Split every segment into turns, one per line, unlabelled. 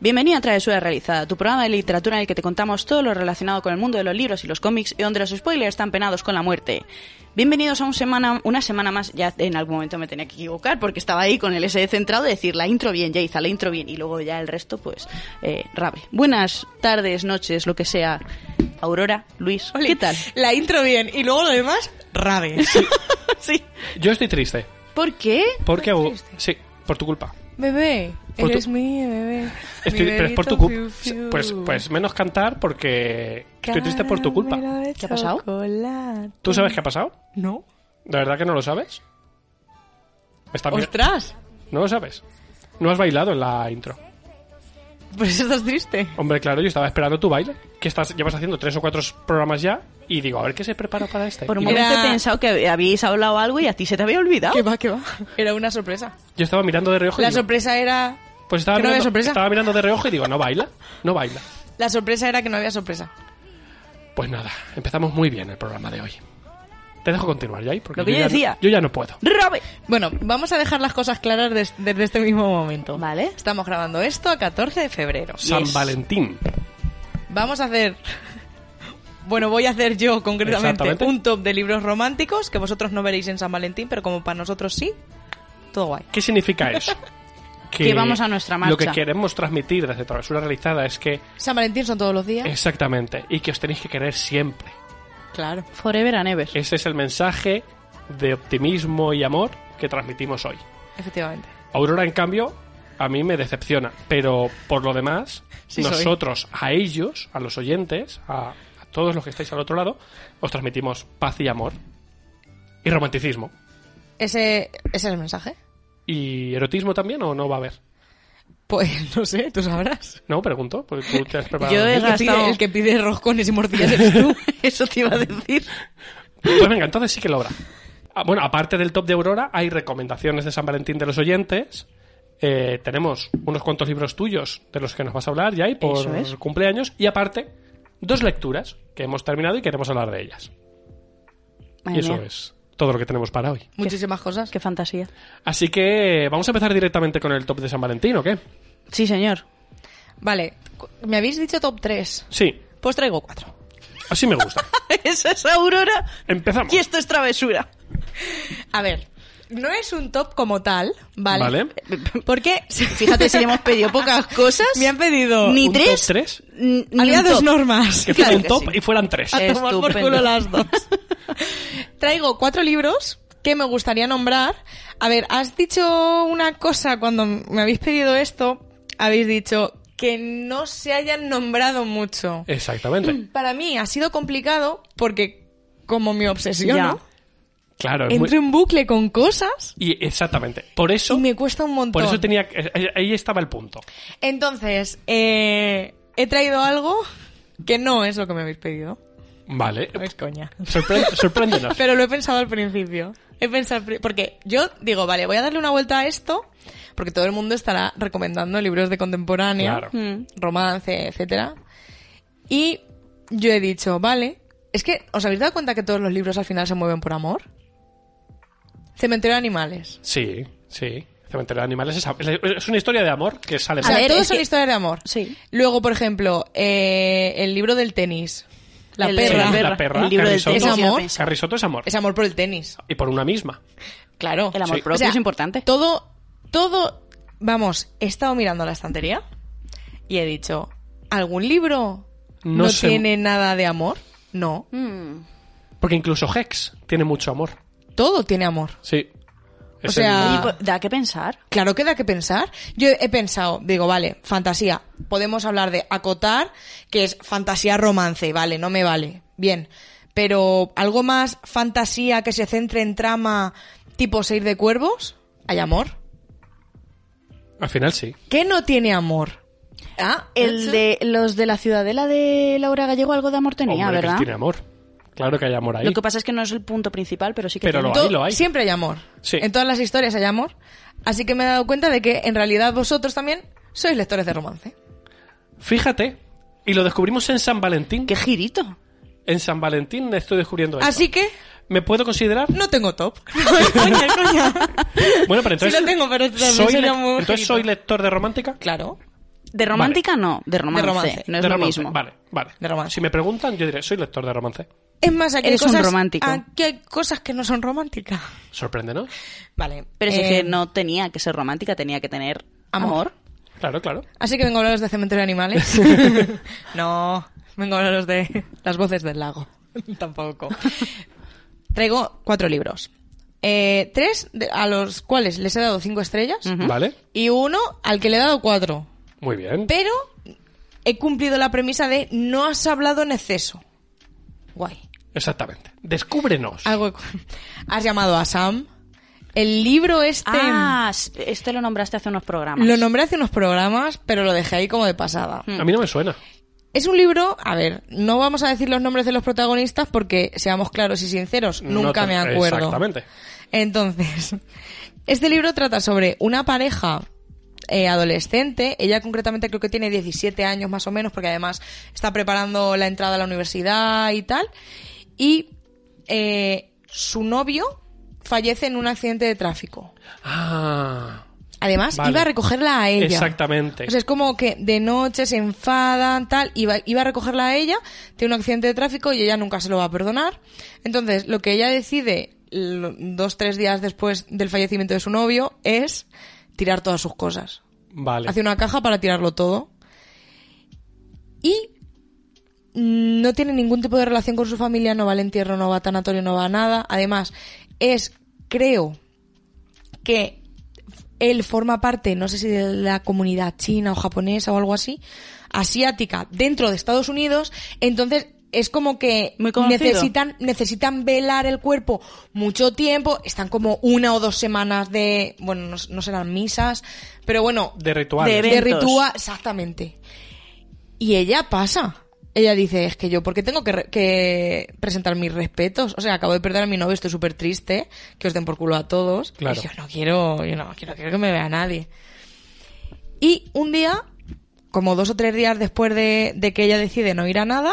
Bienvenido a Travesura Realizada, tu programa de literatura en el que te contamos todo lo relacionado con el mundo de los libros y los cómics y donde los spoilers están penados con la muerte. Bienvenidos a un semana, una semana más, ya en algún momento me tenía que equivocar porque estaba ahí con el SD centrado de decir la intro bien, ya hizo la intro bien y luego ya el resto pues eh, rabe. Buenas tardes, noches, lo que sea. Aurora, Luis, ¿qué tal?
La intro bien y luego lo demás, rabe.
sí.
Yo estoy triste.
¿Por qué?
Porque
Estás triste.
sí, por tu culpa.
Bebé,
Por
eres
tu-
mi bebé.
Estoy-
mi
pero es por tu
bebito
culpa.
fiu, fiu.
Pues, pues menos cantar porque estoy triste por tu culpa.
Caramelo de
¿Qué ha pasado?
chocolate.
¿Tú sabes qué ha pasado?
No.
¿De verdad que no lo sabes? Está bien.
¡Ostras!
No lo sabes. No has bailado en la intro.
Pues estás triste.
Hombre, claro, yo estaba esperando tu baile. Que estás, llevas haciendo tres o cuatro programas ya. Y digo, a ver qué se prepara para este.
Por un
Y
Era-
momento he pensado que habíais hablado algo y a ti se te había olvidado.
¿Qué va, qué va? Era una sorpresa.
Yo estaba mirando de reojo. y
La
digo,
sorpresa era...
pues estaba
que no había
mirando,
sorpresa.
estaba mirando de reojo y digo, no baila, no baila.
La sorpresa era que no había sorpresa.
Pues nada, empezamos muy bien el programa de hoy. Te dejo continuar, Jay, porque
Lo que yo
ya no-
decía.
yo ya no puedo.
¡Rabe!
Bueno, vamos a dejar las cosas claras des- desde este mismo momento.
Vale.
Estamos grabando esto a 14 de febrero.
San
Yes.
Valentín.
Vamos a hacer. Bueno, voy a hacer yo concretamente
Exactamente.
un top de libros románticos que vosotros no veréis en San Valentín, pero como para nosotros sí, todo guay.
¿Qué significa eso?
Que vamos a nuestra marcha.
Lo que queremos transmitir desde Travesura Realizada es que,
San Valentín son todos los días.
exactamente, y que os tenéis que querer siempre.
Claro.
Forever and ever.
Ese es el mensaje de optimismo y amor que transmitimos hoy.
Efectivamente.
Aurora, en cambio, a mí me decepciona, pero por lo demás,
Sí, soy.
nosotros a ellos, a los oyentes, a, a todos los que estáis al otro lado, os transmitimos paz y amor y romanticismo.
Ese, ese es el mensaje.
¿Y erotismo también o no va a haber?
Pues no sé, tú sabrás.
No, pregunto, porque tú te has preparado.
Yo he
El que, pide,
gastado-
el que pide roscones y morcillas eres tú.
Eso te iba a decir.
Pues venga, entonces sí que lo habrá. Ah, Bueno, aparte del top de Aurora, hay recomendaciones de San Valentín de los oyentes. Eh, tenemos unos cuantos libros tuyos de los que nos vas a hablar, Jai, por
Eso es.
cumpleaños. Y aparte, dos lecturas que hemos terminado y queremos hablar de ellas.
Madre
y eso
mía,
es todo lo que tenemos para hoy.
Muchísimas cosas.
Qué fantasía.
Así que eh, vamos a empezar directamente con el top de San Valentín, ¿o qué?
Sí, señor.
Vale, cu- me habéis dicho top 3.
Sí,
Pues traigo 4.
así me gusta.
Esa es Aurora
Empezamos.
y esto es travesura.
A ver, no es un top como tal, ¿vale?
Vale.
Porque
Fíjate si le hemos pedido pocas cosas.
Me han pedido.
ni
¿Un
tres.
top tres?
n- ni
Había
un
dos
top.
normas.
Que fuera
Claro
un
que
top
sí.
y fueran tres.
Eh,
A tomar por
Estupendo.
culo las dos. Traigo cuatro libros que me gustaría nombrar. A ver, has dicho una cosa cuando me habéis pedido esto. Habéis dicho que no se hayan nombrado mucho.
Eh. Exactamente.
Para mí ha sido complicado porque como me
Ya.
obsesiono,
Claro, es muy-
entro en bucle con cosas
Y exactamente. Por eso.
y me cuesta un montón.
Por eso tenía que- eh, ahí estaba el punto.
Entonces, eh, he traído algo que no es lo que me habéis pedido.
Vale.
No es coña.
Sorpre- sorpréndenos.
Pero lo he pensado al principio. He pensado, al pri- porque yo digo, vale, voy a darle una vuelta a esto, porque todo el mundo estará recomendando libros de contemporánea,
Claro.
Mm.
romance, etcétera. Y yo he dicho, vale, es que ¿os habéis dado cuenta que todos los libros al final se mueven por amor? Cementerio de animales.
Sí, sí. Cementerio de animales es, es una historia de amor que sale
O sea,
A ver,
todos
es
son
que-
historias de amor.
Sí.
Luego, por ejemplo, eh, el libro del tenis. La
El-
perra.
Sí, la perra,
El libro del
Carrizoto.
tenis.
¿Es
yo
amor?
pensé.
Carrie Soto es amor.
Es amor por el tenis.
Y por una misma.
Claro.
El amor
Sí.
propio
O sea,
es importante.
Todo, todo, vamos, he estado mirando la estantería y he dicho, ¿algún libro no,
No sé.
tiene nada de amor? No,
Mm.
Porque incluso Hex tiene mucho amor.
todo tiene amor.
Sí. Es
O sea-
Oye, pues, da que pensar.
Claro que da que pensar. Yo he pensado, digo, vale, fantasía. Podemos hablar de acotar, que es fantasía romance, vale, no me vale. Bien. Pero algo más fantasía que se centre en trama tipo seis de cuervos, hay amor.
Al final sí.
¿Qué no tiene amor? Ah,
El de los de la ciudadela de Laura Gallego algo de amor tenía,
Hombre, que
¿verdad?
tiene amor. Claro que hay amor ahí.
Lo que pasa es que no es el punto principal, pero sí que
Pero
tiene-
lo
To-
hay, lo hay.
Siempre hay amor.
Sí.
En todas las historias hay amor. Así que me he dado cuenta de que en realidad vosotros también sois lectores de romance.
Fíjate, y lo descubrimos en San Valentín.
¡Qué girito!
En San Valentín estoy descubriendo esto.
Así que
¿Me puedo considerar?
no tengo top.
Bueno, pero entonces.
Sí lo tengo, pero también
soy
sería
lec-
muy
Entonces
ojito.
soy lector de romántica.
Claro.
De romántica no, de romance.
romance.
No es
de
lo
romance.
mismo.
Vale, vale.
De romance.
Si me preguntan, yo diré, soy lector de romance.
Es más, aquí hay
Eres un
cosas,
romántico.
Aquí hay cosas que no son románticas.
Sorpréndenos.
Vale.
Pero si es
eh,
que no tenía que ser romántica, tenía que tener Em, amor.
Amor.
Claro, claro.
Así que vengo a hablaros de Cementerio de Animales. no, vengo a hablaros de Las Voces del Lago. Tampoco. Traigo cuatro libros. Eh, tres de- a los cuales les he dado cinco estrellas
Ujú.
Vale.
y uno al que le he dado cuatro.
Muy bien.
Pero he cumplido la premisa de no has hablado en exceso. Guay.
Exactamente. Descúbrenos.
Algo. Has llamado a Sam. El libro este.
Ah, s- este lo nombraste hace unos programas.
Lo nombré hace unos programas, pero lo dejé ahí como de pasada.
Mm.
A mí no me suena.
Es un libro, a ver, no vamos a decir los nombres de los protagonistas porque, seamos claros y sinceros,
No
nunca
te-
me acuerdo.
Exactamente.
Entonces, este libro trata sobre una pareja eh, adolescente, ella concretamente creo que tiene 17 años más o menos, porque además está preparando la entrada a la universidad y tal, y eh, su novio fallece en un accidente de tráfico.
Ah.
Además,
Vale.
iba a recogerla a ella.
Exactamente.
O sea, es como que de noche se enfadan, tal, iba, iba a recogerla a ella, tiene un accidente de tráfico y ella nunca se lo va a perdonar. Entonces, lo que ella decide l- dos, tres días después del fallecimiento de su novio es tirar todas sus cosas.
Vale.
Hace una caja para tirarlo todo. Y mm, no tiene ningún tipo de relación con su familia, no va al entierro, no va a tanatorio, no va a nada. Además, es, creo, que él forma parte, no sé si de la comunidad china o japonesa o algo así, asiática, dentro de Estados Unidos, entonces es como que
Muy conocido.
necesitan, necesitan velar el cuerpo mucho tiempo, están como una o dos semanas de, bueno, no, no serán misas, pero bueno,
De rituales.
De-
de
Eventos.
ritual, exactamente. Y ella pasa. Ella dice, es que yo, ¿por qué tengo que, re- que presentar mis respetos? O sea, acabo de perder a mi novio, estoy súper triste, que os den por culo a todos.
Claro.
Y yo no quiero, yo no quiero, quiero que me vea nadie. Y un día, como dos o tres días después de, de que ella decide no ir a nada,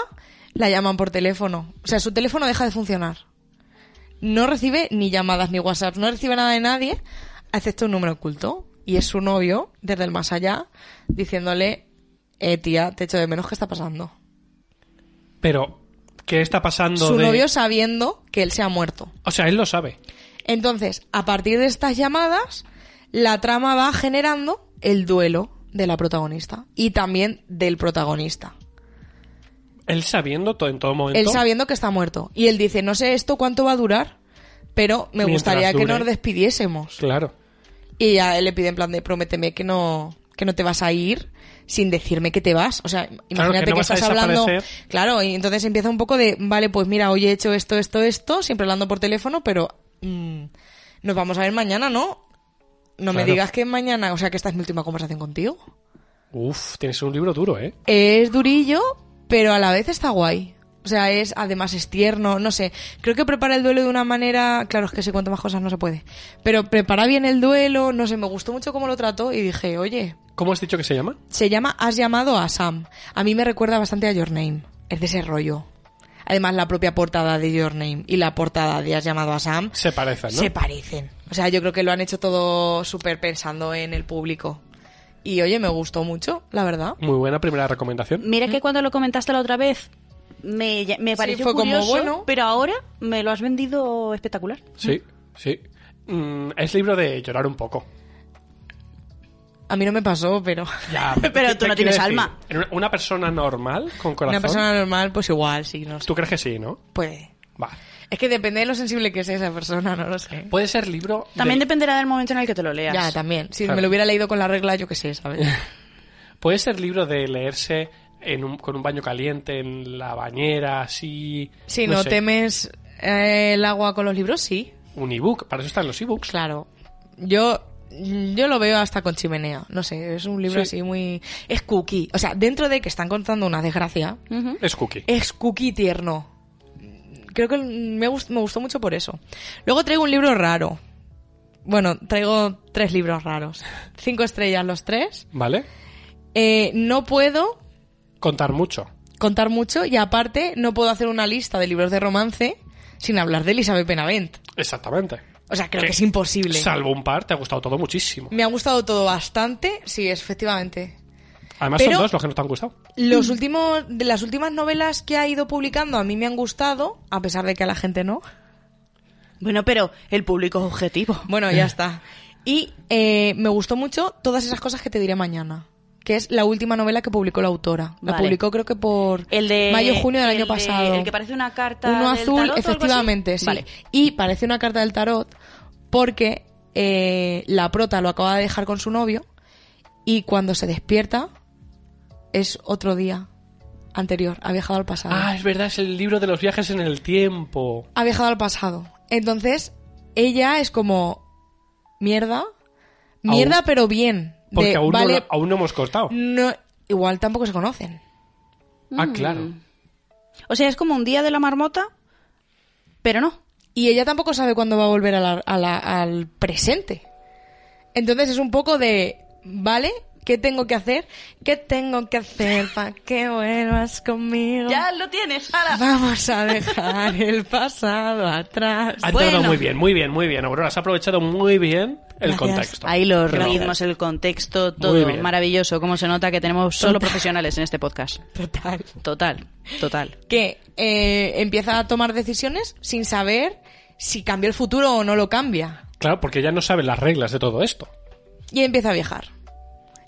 la llaman por teléfono. O sea, su teléfono deja de funcionar. No recibe ni llamadas ni WhatsApp, no recibe nada de nadie, excepto un número oculto. Y es su novio, desde el más allá, diciéndole, eh, tía, te echo de menos, ¿qué está pasando?
Pero, ¿qué está pasando?
Su
de-
novio sabiendo que él se ha muerto.
O sea, él lo sabe.
Entonces, a partir de estas llamadas, la trama va generando el duelo de la protagonista y también del protagonista.
Él sabiendo todo en todo momento.
Él sabiendo que está muerto. Y él dice, no sé esto cuánto va a durar, pero me
Mientras
gustaría que
dure.
nos despidiésemos.
Claro.
Y ya él le pide en plan de, prométeme que no, que no te vas a ir sin decirme que te vas. O sea, imagínate
que
que,
no vas a
estás hablando...
desaparecer.
Claro, y entonces empieza un poco de, vale, pues mira, hoy he hecho esto, esto, esto, siempre hablando por teléfono, pero mm, nos vamos a ver mañana, ¿no? No me
Claro.
digas que mañana, o sea, que esta es mi última conversación contigo.
Uf, tienes un libro duro, ¿eh?
Es durillo, pero a la vez está guay. O sea, es además es tierno, no sé. Creo que prepara el duelo de una manera, claro, es que si cuento más cosas no se puede. Pero prepara bien el duelo, no sé, me gustó mucho cómo lo trató y dije, "Oye,
¿Cómo has dicho que se llama?
se llama Has llamado a Sam." A mí me recuerda bastante a Your Name, es de ese rollo. Además la propia portada de Your Name y la portada de Has llamado a Sam
Se parecen, ¿no?
se parecen. O sea, yo creo que lo han hecho todo súper pensando en el público. Y oye, me gustó mucho, la verdad.
Muy buena primera recomendación.
Mira que cuando lo comentaste la otra vez me, ya- me
Sí,
pareció
fue como
curioso,
bueno.
pero ahora me lo has vendido espectacular.
Sí, sí. Mm, es libro de llorar un poco.
A mí no me pasó, pero
Ya,
Pero tú
¿qué
no
quiero
tienes
decir?
alma.
En Una, una persona normal, con corazón.
una persona normal, pues igual, sí, no sé.
¿Tú crees que sí, no?
Puede.
Vale.
Es que depende de lo sensible que sea esa persona, no lo sé.
Puede ser libro.
También
de-
dependerá del momento en el que te lo leas.
Ya, también. Si
Claro.
me lo hubiera leído con la regla, yo qué sé, ¿sabes?
Puede ser libro de leerse en un- con un baño caliente en la bañera, así.
Si no,
sé,
temes eh, el agua con los libros, sí.
Un ebook, para eso están los ebooks.
Claro. Yo, yo lo veo hasta con chimenea. No sé, es un libro
Sí.
así muy... Es cookie. O sea, dentro de que están contando una desgracia,
Ujú.
Es cookie.
es cookie tierno. creo que me, gust- me gustó mucho por eso. Luego traigo un libro raro. Bueno, traigo tres libros raros. Cinco estrellas los tres.
¿Vale?
Eh, no puedo
Contar mucho.
contar mucho y aparte no puedo hacer una lista de libros de romance sin hablar de Elizabeth Benavent.
Exactamente.
O sea, creo
¿Qué?
que es imposible.
Salvo un par, te ha gustado todo muchísimo.
Me ha gustado todo bastante, sí, efectivamente.
Además,
Pero-
son dos los que no te han gustado.
Los últimos, de las últimas novelas que ha ido publicando a mí me han gustado, a pesar de que a la gente no.
Bueno, pero el público es objetivo.
Bueno, ya está. Y eh, me gustó mucho todas esas cosas que te diré mañana, que es la última novela que publicó la autora. La
Vale.
publicó creo que por
El de
mayo-junio del
el
año
de-
pasado.
el que parece una carta
Uno
del
azul,
tarot o algo así.
efectivamente, sí.
Vale.
Y parece una carta del tarot porque eh, la prota lo acaba de dejar con su novio y cuando se despierta es otro día anterior, ha viajado al pasado.
Ah, es verdad, es el libro de los viajes en el tiempo.
Ha viajado al pasado. Entonces, ella es como mierda, mierda
Aún-
pero bien.
Porque
de,
aún, no
vale,
lo- aún no hemos cortado.
no- igual tampoco se conocen.
Ah, claro.
O sea, es como un día de la marmota, pero no.
Y ella tampoco sabe cuándo va a volver a la- a la- al presente. Entonces es un poco de, ¿vale? ¿Qué tengo que hacer? ¿Qué tengo que hacer para que vuelvas conmigo?
lo tienes, ala.
Vamos a dejar el pasado atrás.
Ha
Bueno.
entrado muy bien, muy bien, muy bien, Aurora. Has aprovechado muy bien el
Gracias.
contexto.
Ahí los
Gracias.
ritmos, el contexto,
Muy
todo
bien.
maravilloso. Cómo se nota que tenemos solo profesionales en este podcast.
Total.
Total, total.
Que eh, empieza a tomar decisiones sin saber si cambia el futuro o no lo cambia.
Claro, porque ya no saben las reglas de todo esto.
Y empieza a viajar.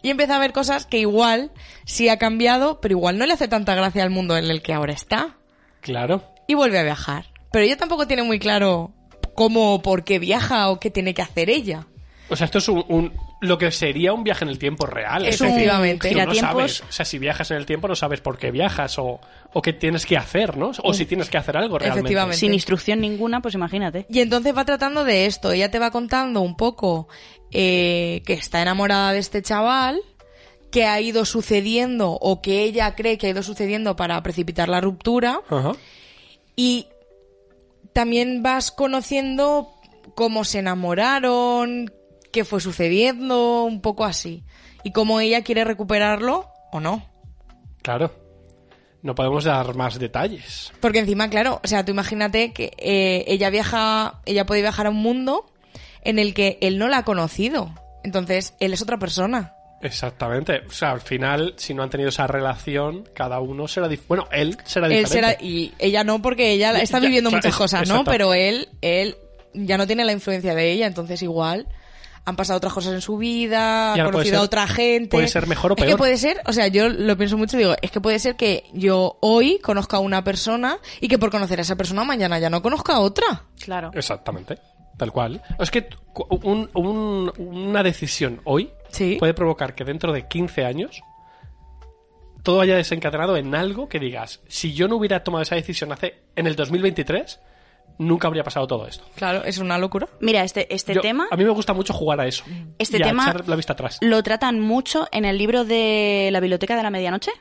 Y empieza a ver cosas que igual sí ha cambiado, pero igual no le hace tanta gracia al mundo en el que ahora está.
Claro.
y vuelve a viajar. Pero ella tampoco tiene muy claro cómo o por qué viaja o qué tiene que hacer ella.
O sea, esto es un, un- lo que sería un viaje en el tiempo real.
Es
Es decir,
Efectivamente.
tú no
Giratiempos.
sabes, o sea, si viajas en el tiempo no sabes por qué viajas o, o qué tienes que hacer, ¿no? O si tienes que hacer algo realmente.
Mm. Efectivamente.
Sin instrucción ninguna, pues imagínate.
Y entonces va tratando de esto. Ella te va contando un poco eh, que está enamorada de este chaval, que ha ido sucediendo o que ella cree que ha ido sucediendo para precipitar la ruptura.
Ajá.
Y también vas conociendo cómo se enamoraron, qué fue sucediendo, un poco así. Y cómo ella quiere recuperarlo o no.
Claro. No podemos dar más detalles.
Porque encima, claro, o sea, tú imagínate que eh, ella viaja, ella puede viajar a un mundo en el que él no la ha conocido. Entonces, él es otra persona.
Exactamente. O sea, al final, si no han tenido esa relación, cada uno será diferente. Bueno, él será
Él
diferente.
será, y ella no, porque ella
Ya,
está
ya,
viviendo
claro,
muchas
es-
cosas, ¿no?
exacto.
Pero él, él ya no tiene la influencia de ella, entonces igual han pasado otras cosas en su vida,
Y
ha
ahora puede
conocido a
ser-
otra gente.
puede ser mejor o
Es
peor.
que puede ser, o sea, yo lo pienso mucho y digo, es que puede ser que yo hoy conozca a una persona y que por conocer a esa persona mañana ya no conozca a otra.
Claro.
Exactamente. Tal cual. Es que cu- un- un- una decisión hoy
Sí.
puede provocar que dentro de 15 años todo haya desencadenado en algo que digas, si yo no hubiera tomado esa decisión hace en el 2023, nunca habría pasado todo esto.
Claro, es una locura.
Mira, este, este
Yo-
tema
A mí me gusta mucho jugar a eso.
Mm.
Este
y a
tema-
echar la vista atrás.
lo tratan mucho en el libro de La Biblioteca de la Medianoche.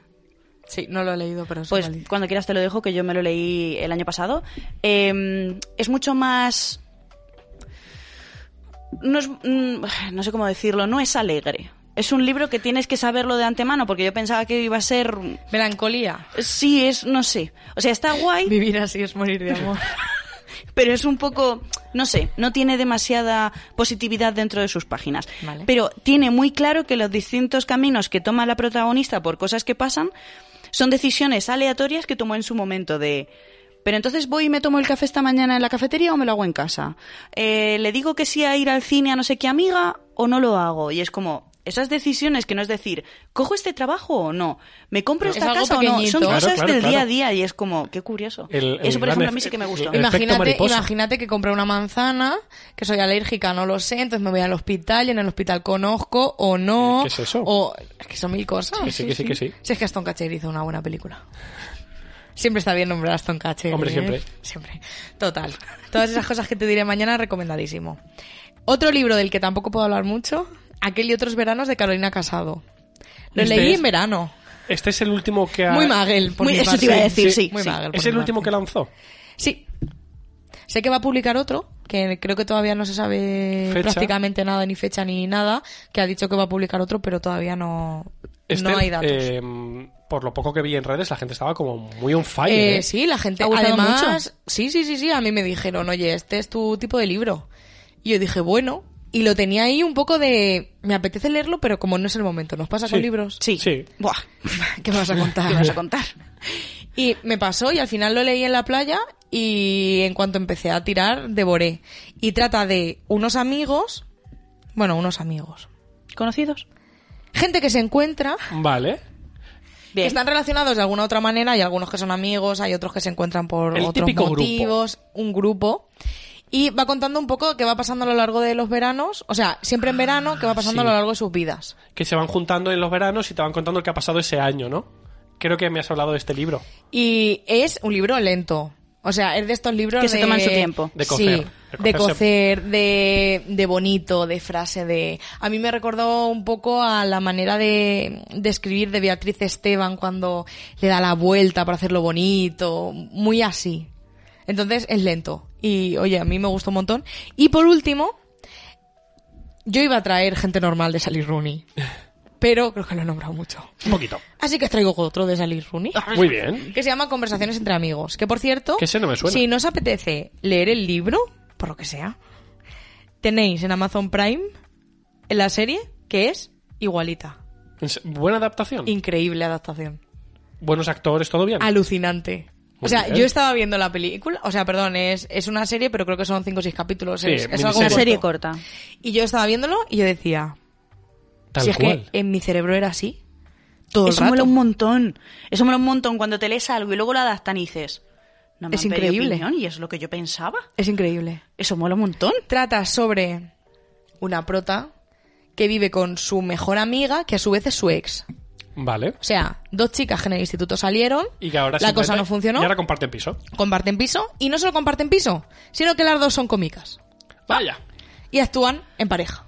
Sí, no lo he leído, pero
Pues cuando quieras te lo dejo, que yo me lo leí el año pasado. Eh, es mucho más... No, es- mm, no sé cómo decirlo, no es alegre. Es un libro que tienes que saberlo de antemano, porque yo pensaba que iba a ser...
Melancolía.
Sí, es, no sé. O sea, está guay,
Vivir así es morir de amor.
pero es un poco, no sé, no tiene demasiada positividad dentro de sus páginas.
Vale.
Pero tiene muy claro que los distintos caminos que toma la protagonista por cosas que pasan son decisiones aleatorias que tomó en su momento de... Pero entonces voy y me tomo el café esta mañana en la cafetería o me lo hago en casa. Eh, Le digo que sí a ir al cine a no sé qué amiga o no lo hago. Y es como esas decisiones que no es decir, ¿cojo este trabajo o no? ¿Me compro
Es
esta
algo
casa o no?
pequeñito.
Son
Claro,
cosas
claro,
del día a
claro.
día y es como, qué curioso.
El- el
Eso, por
gran
ejemplo, a
efe-
mí sí que me gustó.
el- efecto
Imagínate,
mariposa.
imagínate que compré una manzana, que soy alérgica, no lo sé, entonces me voy al hospital y en el hospital conozco o no.
¿Qué es eso?
O es que son mil cosas.
Que sí, que sí, que sí.
Si es que Aston Catcher hizo una buena película. Siempre está bien nombrar a Aston Catcher.
Hombre,
¿eh?
siempre.
Siempre. Total. Todas esas cosas que te diré mañana, recomendadísimo. Otro libro del que tampoco puedo hablar mucho, Aquel y otros veranos de Carolina Casado. Lo
Este
leí
es-
en verano.
Este es el último que ha...
Muy Magel, por
Muy-
mi
eso
parte.
te iba a decir, sí.
Muy
sí.
Magel, por
Es el
mi
último
parte.
que lanzó.
Sí. Sé que va a publicar otro, que creo que todavía no se sabe
Fecha.
prácticamente nada, ni fecha ni nada, que ha dicho que va a publicar otro, pero todavía no,
Esther,
no hay datos.
eh, Este, por lo poco que vi en redes, la gente estaba como muy on fire.
Eh,
¿eh?
sí, la gente
¿Te ha gustado
además,
mucho?
sí, sí, sí, sí, a mí me dijeron, "Oye, este es tu tipo de libro." Y yo dije, "Bueno." Y lo tenía ahí un poco de me apetece leerlo, pero como no es el momento, ¿nos pasa
Sí.
con libros?
Sí.
Sí.
Buah,
¿Qué me vas a contar?
¿qué vas a contar?
Y me pasó y al final lo leí en la playa y en cuanto empecé a tirar, devoré. Y trata de unos amigos, bueno, unos amigos.
¿Conocidos?
Gente que se encuentra,
Vale.
que
Bien.
están relacionados de alguna u otra manera, hay algunos que son amigos, hay otros que se encuentran por
El
otros
típico grupo.
motivos, un grupo. Y va contando un poco qué va pasando a lo largo de los veranos, o sea, siempre en verano, qué va pasando
sí.
a lo largo de sus vidas.
Que se van juntando en los veranos y te van contando lo que ha pasado ese año, ¿no? Creo que me has hablado de este libro.
Y es un libro lento. O sea, es de estos libros
Que se
de-
toman su tiempo.
De cocer.
Sí,
De
de
cocer
cocer, de, de bonito, de frase, de... A mí me recordó un poco a la manera de, de escribir de Beatriz Esteban cuando le da la vuelta para hacerlo bonito, muy así. Entonces es lento. Y oye, a mí me gustó un montón. Y por último, yo iba a traer gente normal de Sally Rooney. Pero creo que lo he nombrado mucho.
Un poquito.
Así que os traigo otro de Sally Rooney
Muy bien.
que se llama Conversaciones entre amigos. Que por cierto,
Que ese no me suena.
si no os apetece leer el libro, por lo que sea, tenéis en Amazon Prime en la serie que es igualita.
Ens- Buena adaptación.
Increíble adaptación.
Buenos actores, todo bien.
Alucinante.
Em.
o
Muy
sea,
bien.
yo estaba viendo la película, o sea, perdón, es, es una serie, pero creo que son cinco o seis capítulos.
Sí,
es, es
miniserie.
algo
Una
Correcto.
serie corta.
Y yo estaba viéndolo y yo decía,
Tal
si es
cual.
que en mi cerebro era así, todo
Eso
el
mola
rato.
un montón. Eso mola un montón cuando te lees algo y luego lo adaptan y dices, no me
Es
han pedido
increíble.
opinión y es lo que yo pensaba.
Es increíble.
Eso mola un montón.
trata sobre una prota que vive con su mejor amiga, que a su vez es su ex.
Vale.
O sea, dos chicas que en el instituto salieron,
Y que ahora
la
simplemente-
cosa no funcionó,
Y ahora comparten piso.
comparten piso, y no solo comparten piso, sino que las dos son cómicas
Vaya.
y actúan en pareja.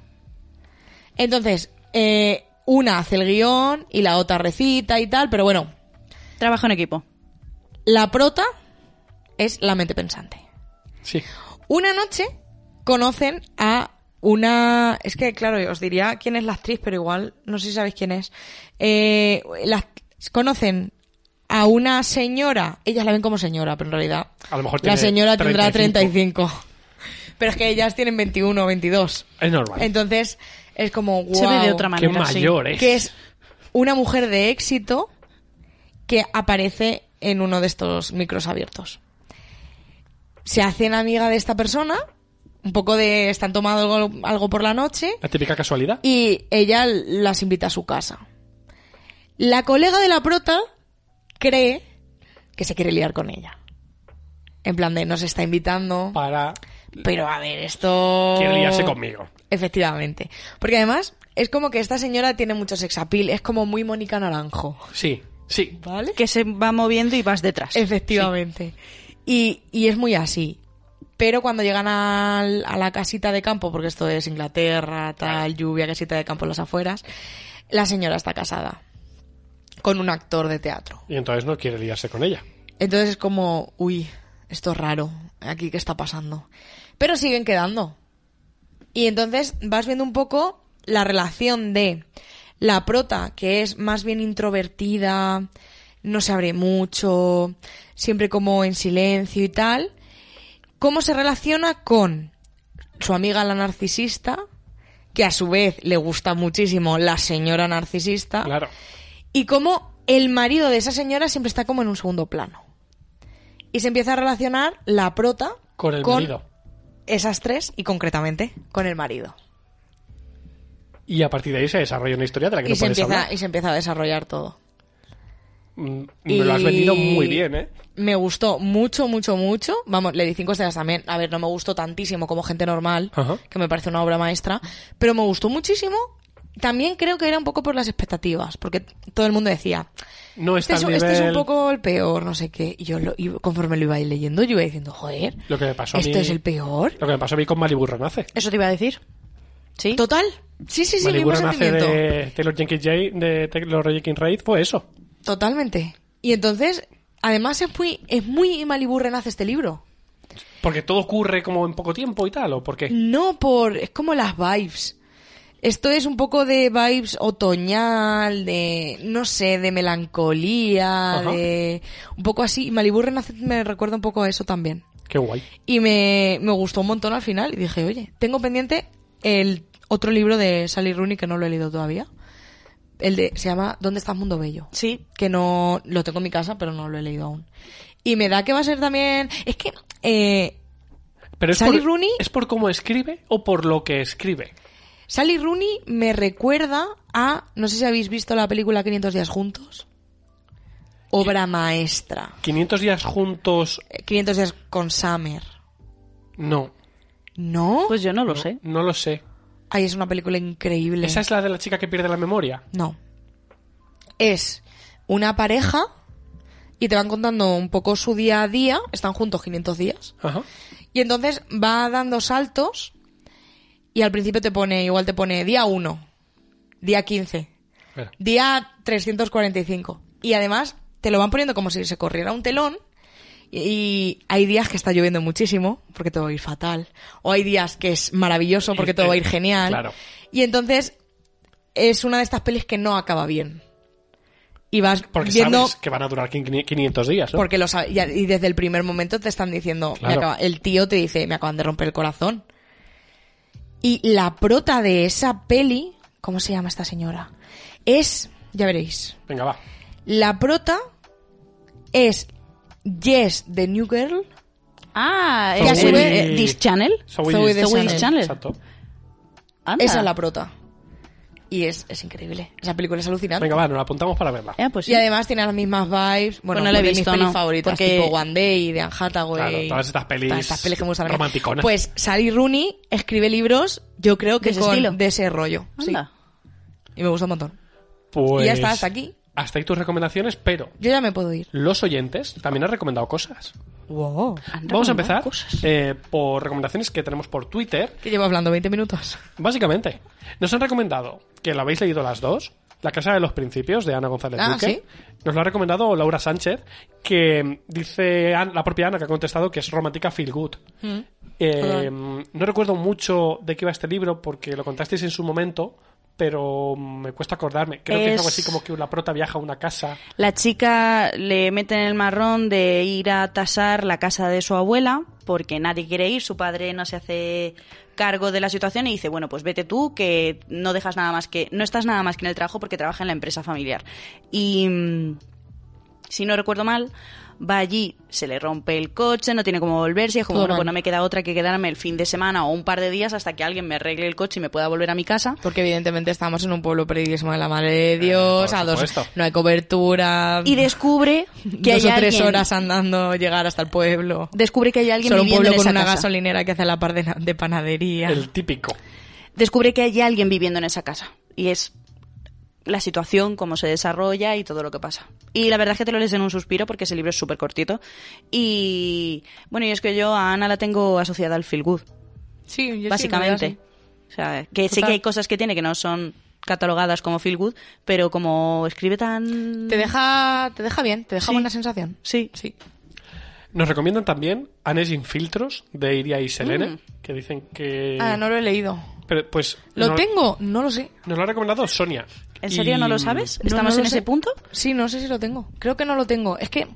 Entonces, eh, una hace el guión y la otra recita y tal, pero bueno,
Trabajo en equipo.
la prota es la mente pensante.
Sí.
Una noche conocen a una. Es que, claro, os diría quién es la actriz, pero igual no sé si sabéis quién es. Eh, la- Conocen a una señora. Ellas la ven como señora, pero en realidad.
A lo mejor
La
tiene
señora tendrá
35.
35. Pero es que ellas tienen 21 o 22.
Es normal.
Entonces, es como.
Se ve de
guau,
otra
Qué
manera. sí.
mayor es.
Que es una mujer de éxito que aparece en uno de estos micros abiertos. Se hacen amiga de esta persona, un poco de están tomando algo, algo por la noche
La típica casualidad.
y ella las invita a su casa. La colega de la prota cree que se quiere liar con ella. En plan de nos está invitando,
Para.
pero a ver, esto
Quiere liarse conmigo.
Efectivamente. Porque además es como que esta señora tiene mucho sex appeal, es como muy Mónica Naranjo.
Sí. Sí.
¿Vale?
Que se va moviendo y vas detrás.
Efectivamente. Y, y es muy así. Pero cuando llegan al- a la casita de campo, porque esto es Inglaterra, tal, lluvia, casita de campo en las afueras, la señora está casada con un actor de teatro.
Y entonces no quiere liarse con ella.
Entonces es como, uy, esto es raro, aquí qué está pasando. Pero siguen quedando. Y entonces vas viendo un poco la relación de la prota, que es más bien introvertida, no se abre mucho, siempre como en silencio y tal, cómo se relaciona con su amiga la narcisista, que a su vez le gusta muchísimo la señora narcisista
Claro.
y cómo el marido de esa señora siempre está como en un segundo plano. Y se empieza a relacionar la prota
Con el marido.
esas tres y concretamente con el marido.
Y a partir de ahí se desarrolla una historia de la que
Y
no
se,
puedes
empieza,
hablar.
y se empieza a desarrollar todo.
Mm, Me lo has vendido
Y
muy bien, ¿eh?
Me gustó mucho, mucho, mucho. Vamos, le di cinco estrellas también. A ver, no me gustó tantísimo como Gente Normal,
Ajá.
que me parece una obra maestra, pero me gustó muchísimo. También creo que era un poco por las expectativas, porque todo el mundo decía,
No
Este es,
está al
este
nivel.
es un poco el peor, no sé qué. Y yo lo- y conforme lo iba leyendo, yo iba diciendo, joder,
Lo que me pasó a
esto
mí-
es el peor.
Lo que me pasó a mí con Malibu Renace.
Eso te iba a decir. Sí.
Total. Sí, sí, sí,
Malibu
mismo
Renace
sentimiento.
de Taylor Jenkins Ray, de Taylor Jenkins Reid fue eso.
Totalmente. Y entonces, Además, es muy, es muy Malibu Renace este libro.
Porque todo ocurre como en poco tiempo y tal, ¿o por qué?
No por. Es como las vibes. Esto es un poco de vibes otoñal, de. No sé, de melancolía,
Ajá.
de. Un poco así. Y Malibu Renace me recuerda un poco a eso también.
Qué guay.
Y me, me gustó un montón al final. Y dije, oye, tengo pendiente el otro libro de Sally Rooney que no lo he leído todavía. El de. Se llama ¿Dónde está el mundo bello?
Sí.
que no lo tengo en mi casa, pero no lo he leído aún. Y me da que va a ser también. Es que eh,
Pero es
Sally
por,
Rooney-
¿Es por cómo escribe o por lo que escribe?
Sally Rooney me recuerda a. No sé si habéis visto la película 500 días juntos. Obra maestra.
500 días juntos,
Eh, 500 días con Summer.
no.
¿No?
Pues yo no lo sé.
No lo sé.
Ahí es una película increíble.
¿Esa es la de la chica que pierde la memoria?
No. Es una pareja y te van contando un poco su día a día. Están juntos 500 días.
Ajá.
Y entonces va dando saltos y al principio te pone, igual te pone día 1, día 15,
Espera.
día 345. Y además te lo van poniendo como si se corriera un telón. Y- Y hay días que está lloviendo muchísimo porque todo va a ir fatal. O hay días que es maravilloso porque todo va a ir genial.
Claro.
Y entonces es una de estas pelis que no acaba bien. Y vas
Porque
viendo
sabes que van a durar 500 días, ¿no?
porque lo sabe- y, y desde el primer momento te están diciendo, me
Claro.
acaba- el tío te dice, me acaban de romper el corazón. Y la prota de esa peli, ¿cómo se llama esta señora? Es, ya veréis,
Venga, va.
la prota es Jess de New Girl.
Ah,
Zoe-
¿ya se ve eh, This Channel?
Zoe
Zoe de
Deschanel.
Zoe Deschanel.
Exacto.
Anda.
Esa es la prota. Y es, es increíble. Esa película es alucinante.
Venga, va, nos la apuntamos para verla.
Eh, pues sí.
Y además tiene las mismas vibes. Bueno,
Pues no la he
de
visto,
mis pelis
no,
favoritas,
porque-
tipo One Day, de Anne Hathaway.
Claro, todas estas pelis
todas estas pelis que me gustan.
romanticonas.
Pues Sally Rooney escribe libros, yo creo
De
que
ese
con-
estilo.
de ese rollo. sí.
Anda.
Y me gusta un montón.
Pues-
Y ya está, hasta aquí.
Hasta ahí tus recomendaciones, pero
Yo ya me puedo ir.
los oyentes también han recomendado cosas.
Wow.
Han
Vamos
recomendado
a empezar
cosas.
eh, por recomendaciones que tenemos por Twitter.
Que llevo hablando 20 minutos.
Básicamente, nos han recomendado que la habéis leído las dos. La Casa de los Principios de Ana González
Ah,
Duque.
sí.
Nos lo ha recomendado Laura Sánchez, que mm, dice An- la propia Ana que ha contestado que es romántica feel good.
Mm.
Eh, no recuerdo mucho de qué iba este libro porque lo contasteis en su momento, pero me cuesta acordarme. Creo que es
Es-
algo así como que la prota viaja a una casa.
La chica le mete en el marrón de ir a tasar la casa de su abuela porque nadie quiere ir, su padre no se hace cargo de la situación y dice, bueno, pues vete tú que no dejas nada más que no estás nada más que en el trabajo porque trabaja en la empresa familiar. Y mm, si no recuerdo mal, va allí, se le rompe el coche, no tiene cómo volverse, y es como,
Todo
bueno,
mal.
pues no me queda otra que quedarme el fin de semana o un par de días hasta que alguien me arregle el coche y me pueda volver a mi casa.
Porque evidentemente estamos en un pueblo periodismo de la madre de Dios.
Eh, por
a dos,
supuesto.
no hay cobertura.
Y descubre que
dos
hay
o tres
alguien-
horas andando llegar hasta el pueblo.
Descubre que hay alguien
Solo un
viviendo en
pueblo con
esa
una
casa.
gasolinera que hace la par de, na- de panadería.
El típico.
descubre que hay alguien viviendo en esa casa. Y es la situación, cómo se desarrolla y todo lo que pasa. Y la verdad es que te lo lees en un suspiro porque ese libro es súper cortito. Y bueno, y es que yo a Ana la tengo asociada al feel good,
Sí, yo sí, en
básicamente.
realidad
O sea, que sé
Total.
que hay cosas que tiene que no son catalogadas como feel good, pero como escribe tan...
sí. Te deja, te deja bien, te deja
Sí.
buena sensación.
Sí.
Sí.
Nos recomiendan también Anes sin filtros de Iria y Selene,
Mm.
que dicen que...
Ah, no lo he leído.
Pero, pues,
¿Lo
no-
tengo? No lo sé.
Nos lo ha recomendado Sonia.
¿En serio
Y-
no lo sabes?
No,
¿Estamos
no lo
en ese
sé.
punto?
Sí, no sé si lo tengo. Creo que no lo tengo. Es que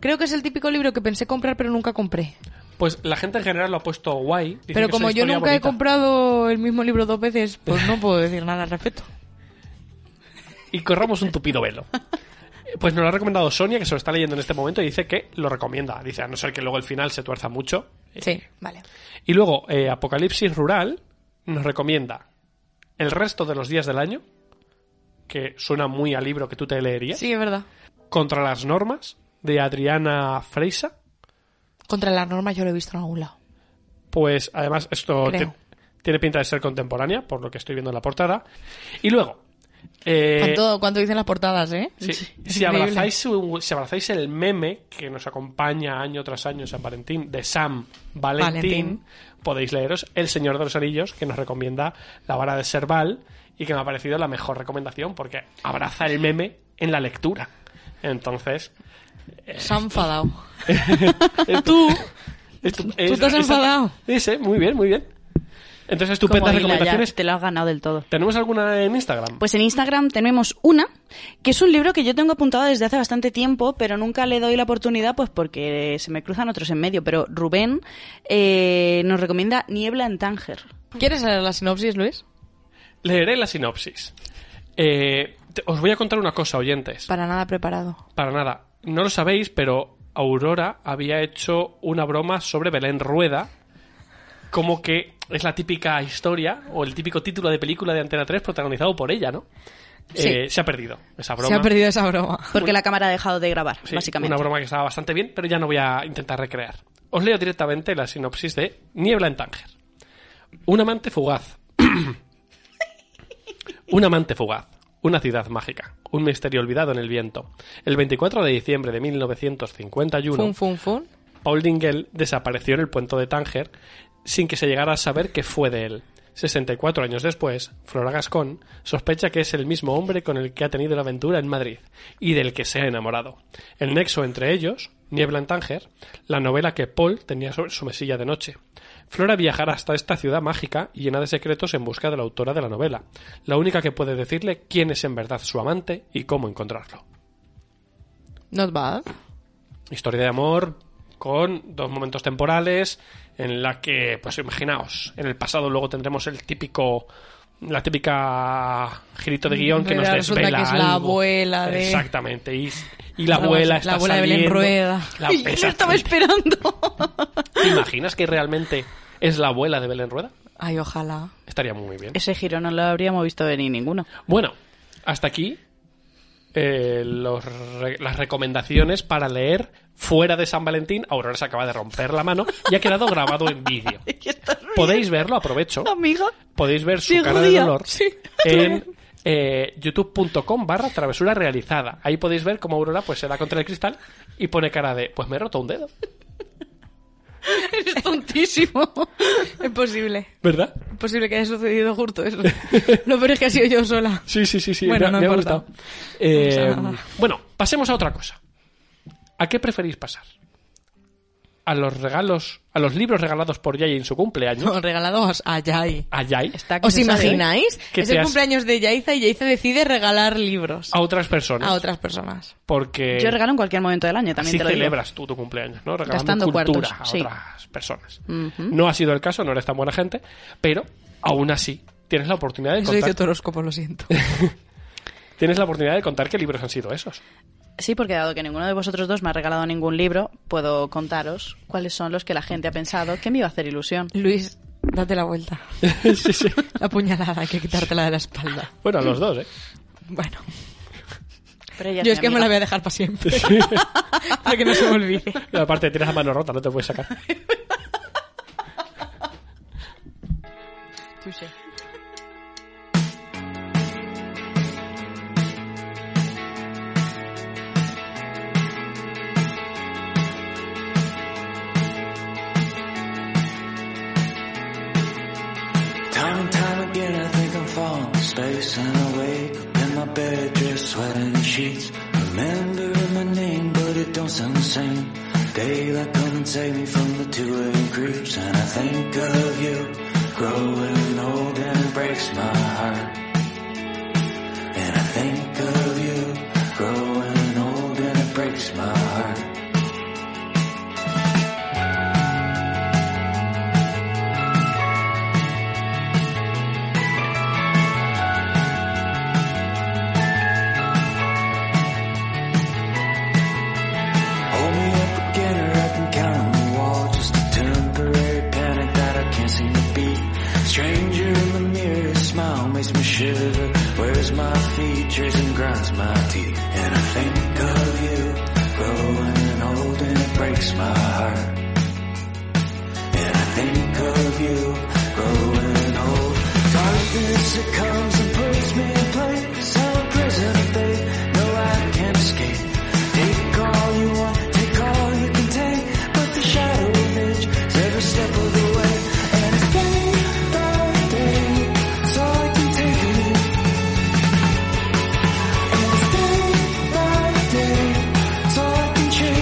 creo que es el típico libro que pensé comprar pero nunca compré.
Pues la gente en general lo ha puesto guay. Dicen
pero
que es
como
una
yo
historia
nunca he
bonita.
comprado el mismo libro dos veces, pues no puedo decir nada al respecto.
Y corramos un tupido velo. Pues nos lo ha recomendado Sonia, que se lo está leyendo en este momento, y dice que lo recomienda. Dice, a no ser que luego el final se tuerza mucho.
Sí, vale.
Y luego, eh, Apocalipsis Rural nos recomienda El resto de los días del año, que suena muy al libro que tú te leerías,
Sí, es verdad.
Contra las normas, de Adriana Freisa.
Contra las normas yo lo he visto en algún lado.
Pues además esto
Creo.
ti- tiene pinta de ser contemporánea, por lo que estoy viendo en la portada. Y luego, eh,
Cuánto, cuánto dicen las portadas, ¿eh?
sí,
Es
si,
increíble.
abrazáis, un- si abrazáis el meme que nos acompaña año tras año en San Valentín, de Sam Valentín,
Valentín.
podéis leeros El Señor de los Anillos, que nos recomienda La Vara de Serval y que me ha parecido la mejor recomendación porque abraza el meme en la lectura. Entonces,
Se ha enfadado.
Tú.
Tú te has enfadado.
Dice, muy bien, muy bien. Entonces, estupendas
Como Dila, ya,
recomendaciones.
te lo has ganado del todo.
¿Tenemos alguna en Instagram?
Pues en Instagram tenemos una, que es un libro que yo tengo apuntado desde hace bastante tiempo, pero nunca le doy la oportunidad, pues porque se me cruzan otros en medio. Pero Rubén eh, nos recomienda Niebla en Tánger.
¿Quieres leer la sinopsis, Luis?
Leeré la sinopsis. Eh, te- os voy a contar una cosa, oyentes.
Para nada preparado.
Para nada. No lo sabéis, pero Aurora había hecho una broma sobre Belén Rueda. Como que es la típica historia o el típico título de película de Antena 3 protagonizado por ella, ¿no?
Sí.
Eh, se ha perdido esa broma.
Se ha perdido esa broma.
Porque la cámara ha dejado de grabar,
Sí,
básicamente.
Una broma que estaba bastante bien, pero ya no voy a intentar recrear. Os leo directamente la sinopsis de Niebla en Tánger. Un amante fugaz. un amante fugaz. Una ciudad mágica. Un misterio olvidado en el viento. El 24 de diciembre de 1951,
Fun, fun, fun.
Paul Dingell desapareció en el puente de Tánger sin que se llegara a saber qué fue de él. 64 años después, Flora Gascón sospecha que es el mismo hombre con el que ha tenido la aventura en Madrid y del que se ha enamorado. El nexo entre ellos, Niebla en Tánger, la novela que Paul tenía sobre su mesilla de noche. Flora viajará hasta esta ciudad mágica y llena de secretos en busca de la autora de la novela, la única que puede decirle quién es en verdad su amante y cómo encontrarlo.
Not bad.
historia de amor con dos momentos temporales en la que, pues imaginaos, en el pasado luego tendremos el típico la típica girito de guión que nos
Resulta
desvela
que es la
algo.
abuela de-
exactamente y, y la
Algo
abuela
así.
está
La abuela de Belén
saliendo.
Rueda.
La-
Y yo lo
exacto.
estaba esperando.
¿Te imaginas que realmente es la abuela de Belén Rueda?
Ay, ojalá.
Estaría muy bien.
Ese giro no lo habríamos visto venir ninguno.
Bueno, hasta aquí eh, los re- las recomendaciones para leer fuera de San Valentín. Aurora se acaba de romper la mano y ha quedado grabado en vídeo. Podéis verlo, aprovecho.
Amiga.
Podéis ver su
Diego
cara de
Díaz.
dolor
Sí.
en eh, youtube.com barra travesura realizada. Ahí podéis ver cómo Aurora pues se da contra el cristal y pone cara de pues me he roto un dedo.
Eres tontísimo.
Es posible.
¿Verdad?
Es posible que haya sucedido justo eso. Lo peor es que ha sido yo sola.
Sí, sí, sí, sí.
Bueno,
me,
no
me ha
importa.
gustado. Eh,
pasa nada.
bueno, pasemos a otra cosa. ¿A qué preferís pasar? ¿A los regalos, a los libros regalados por Yay en su cumpleaños?
No, regalados a Yai.
¿A Yay?
Está que
¿Os
se sabe.
imagináis?
Que
Es
te
el
has- Ah,
cumpleaños de Yaiza y Yaiza decide regalar libros
¿A otras personas?
a otras personas.
Porque
Yo regalo en cualquier momento del año, también
así
te lo digo.
celebras tú tu cumpleaños, ¿no? Regalando
Gastando
cultura
cuartos,
a
sí.
otras personas. No ha sido el caso, no eres tan buena gente, pero aún así tienes la oportunidad de
Eso dice
contar,
tu horóscopo, lo siento.
tienes la oportunidad de contar qué libros han sido esos.
Sí, porque dado que ninguno de vosotros dos me ha regalado ningún libro, puedo contaros cuáles son los que la gente ha pensado que me iba a hacer ilusión.
Luis, date la vuelta.
Sí, sí.
La puñalada, hay que quitártela de la espalda.
Bueno, a los dos, ¿eh?
Bueno,
Pero ella
yo es
mi
que me
amiga.
la voy a dejar para siempre. para que no se me olvide.
Y aparte tienes la mano rota, no te puedes sacar.
Time and time again, I think I'm falling to space and I wake up in my bed, just sweating the sheets. Remembering my name, but it don't sound the same. Daylight come and save me from the 2 a.m. creeps, and I think of you. Growing old and it breaks my heart. And I think of you. Growing old and it breaks my heart. Hold me up again or I can count on the wall Just a temporary panic that I can't seem to beat Stranger in the mirror, his smile makes me shiver Wears my features and grinds my teeth And I think of you, growing old and it breaks my heart and I think of you growing old. Darkness it comes and puts me in place. I'm a prisoner, babe. No, I can't escape. Take all you want, take all you can take. But the shadow of age is every step of the way. And it's day by day. It's all I can take of you. And it's day by day. It's all I can show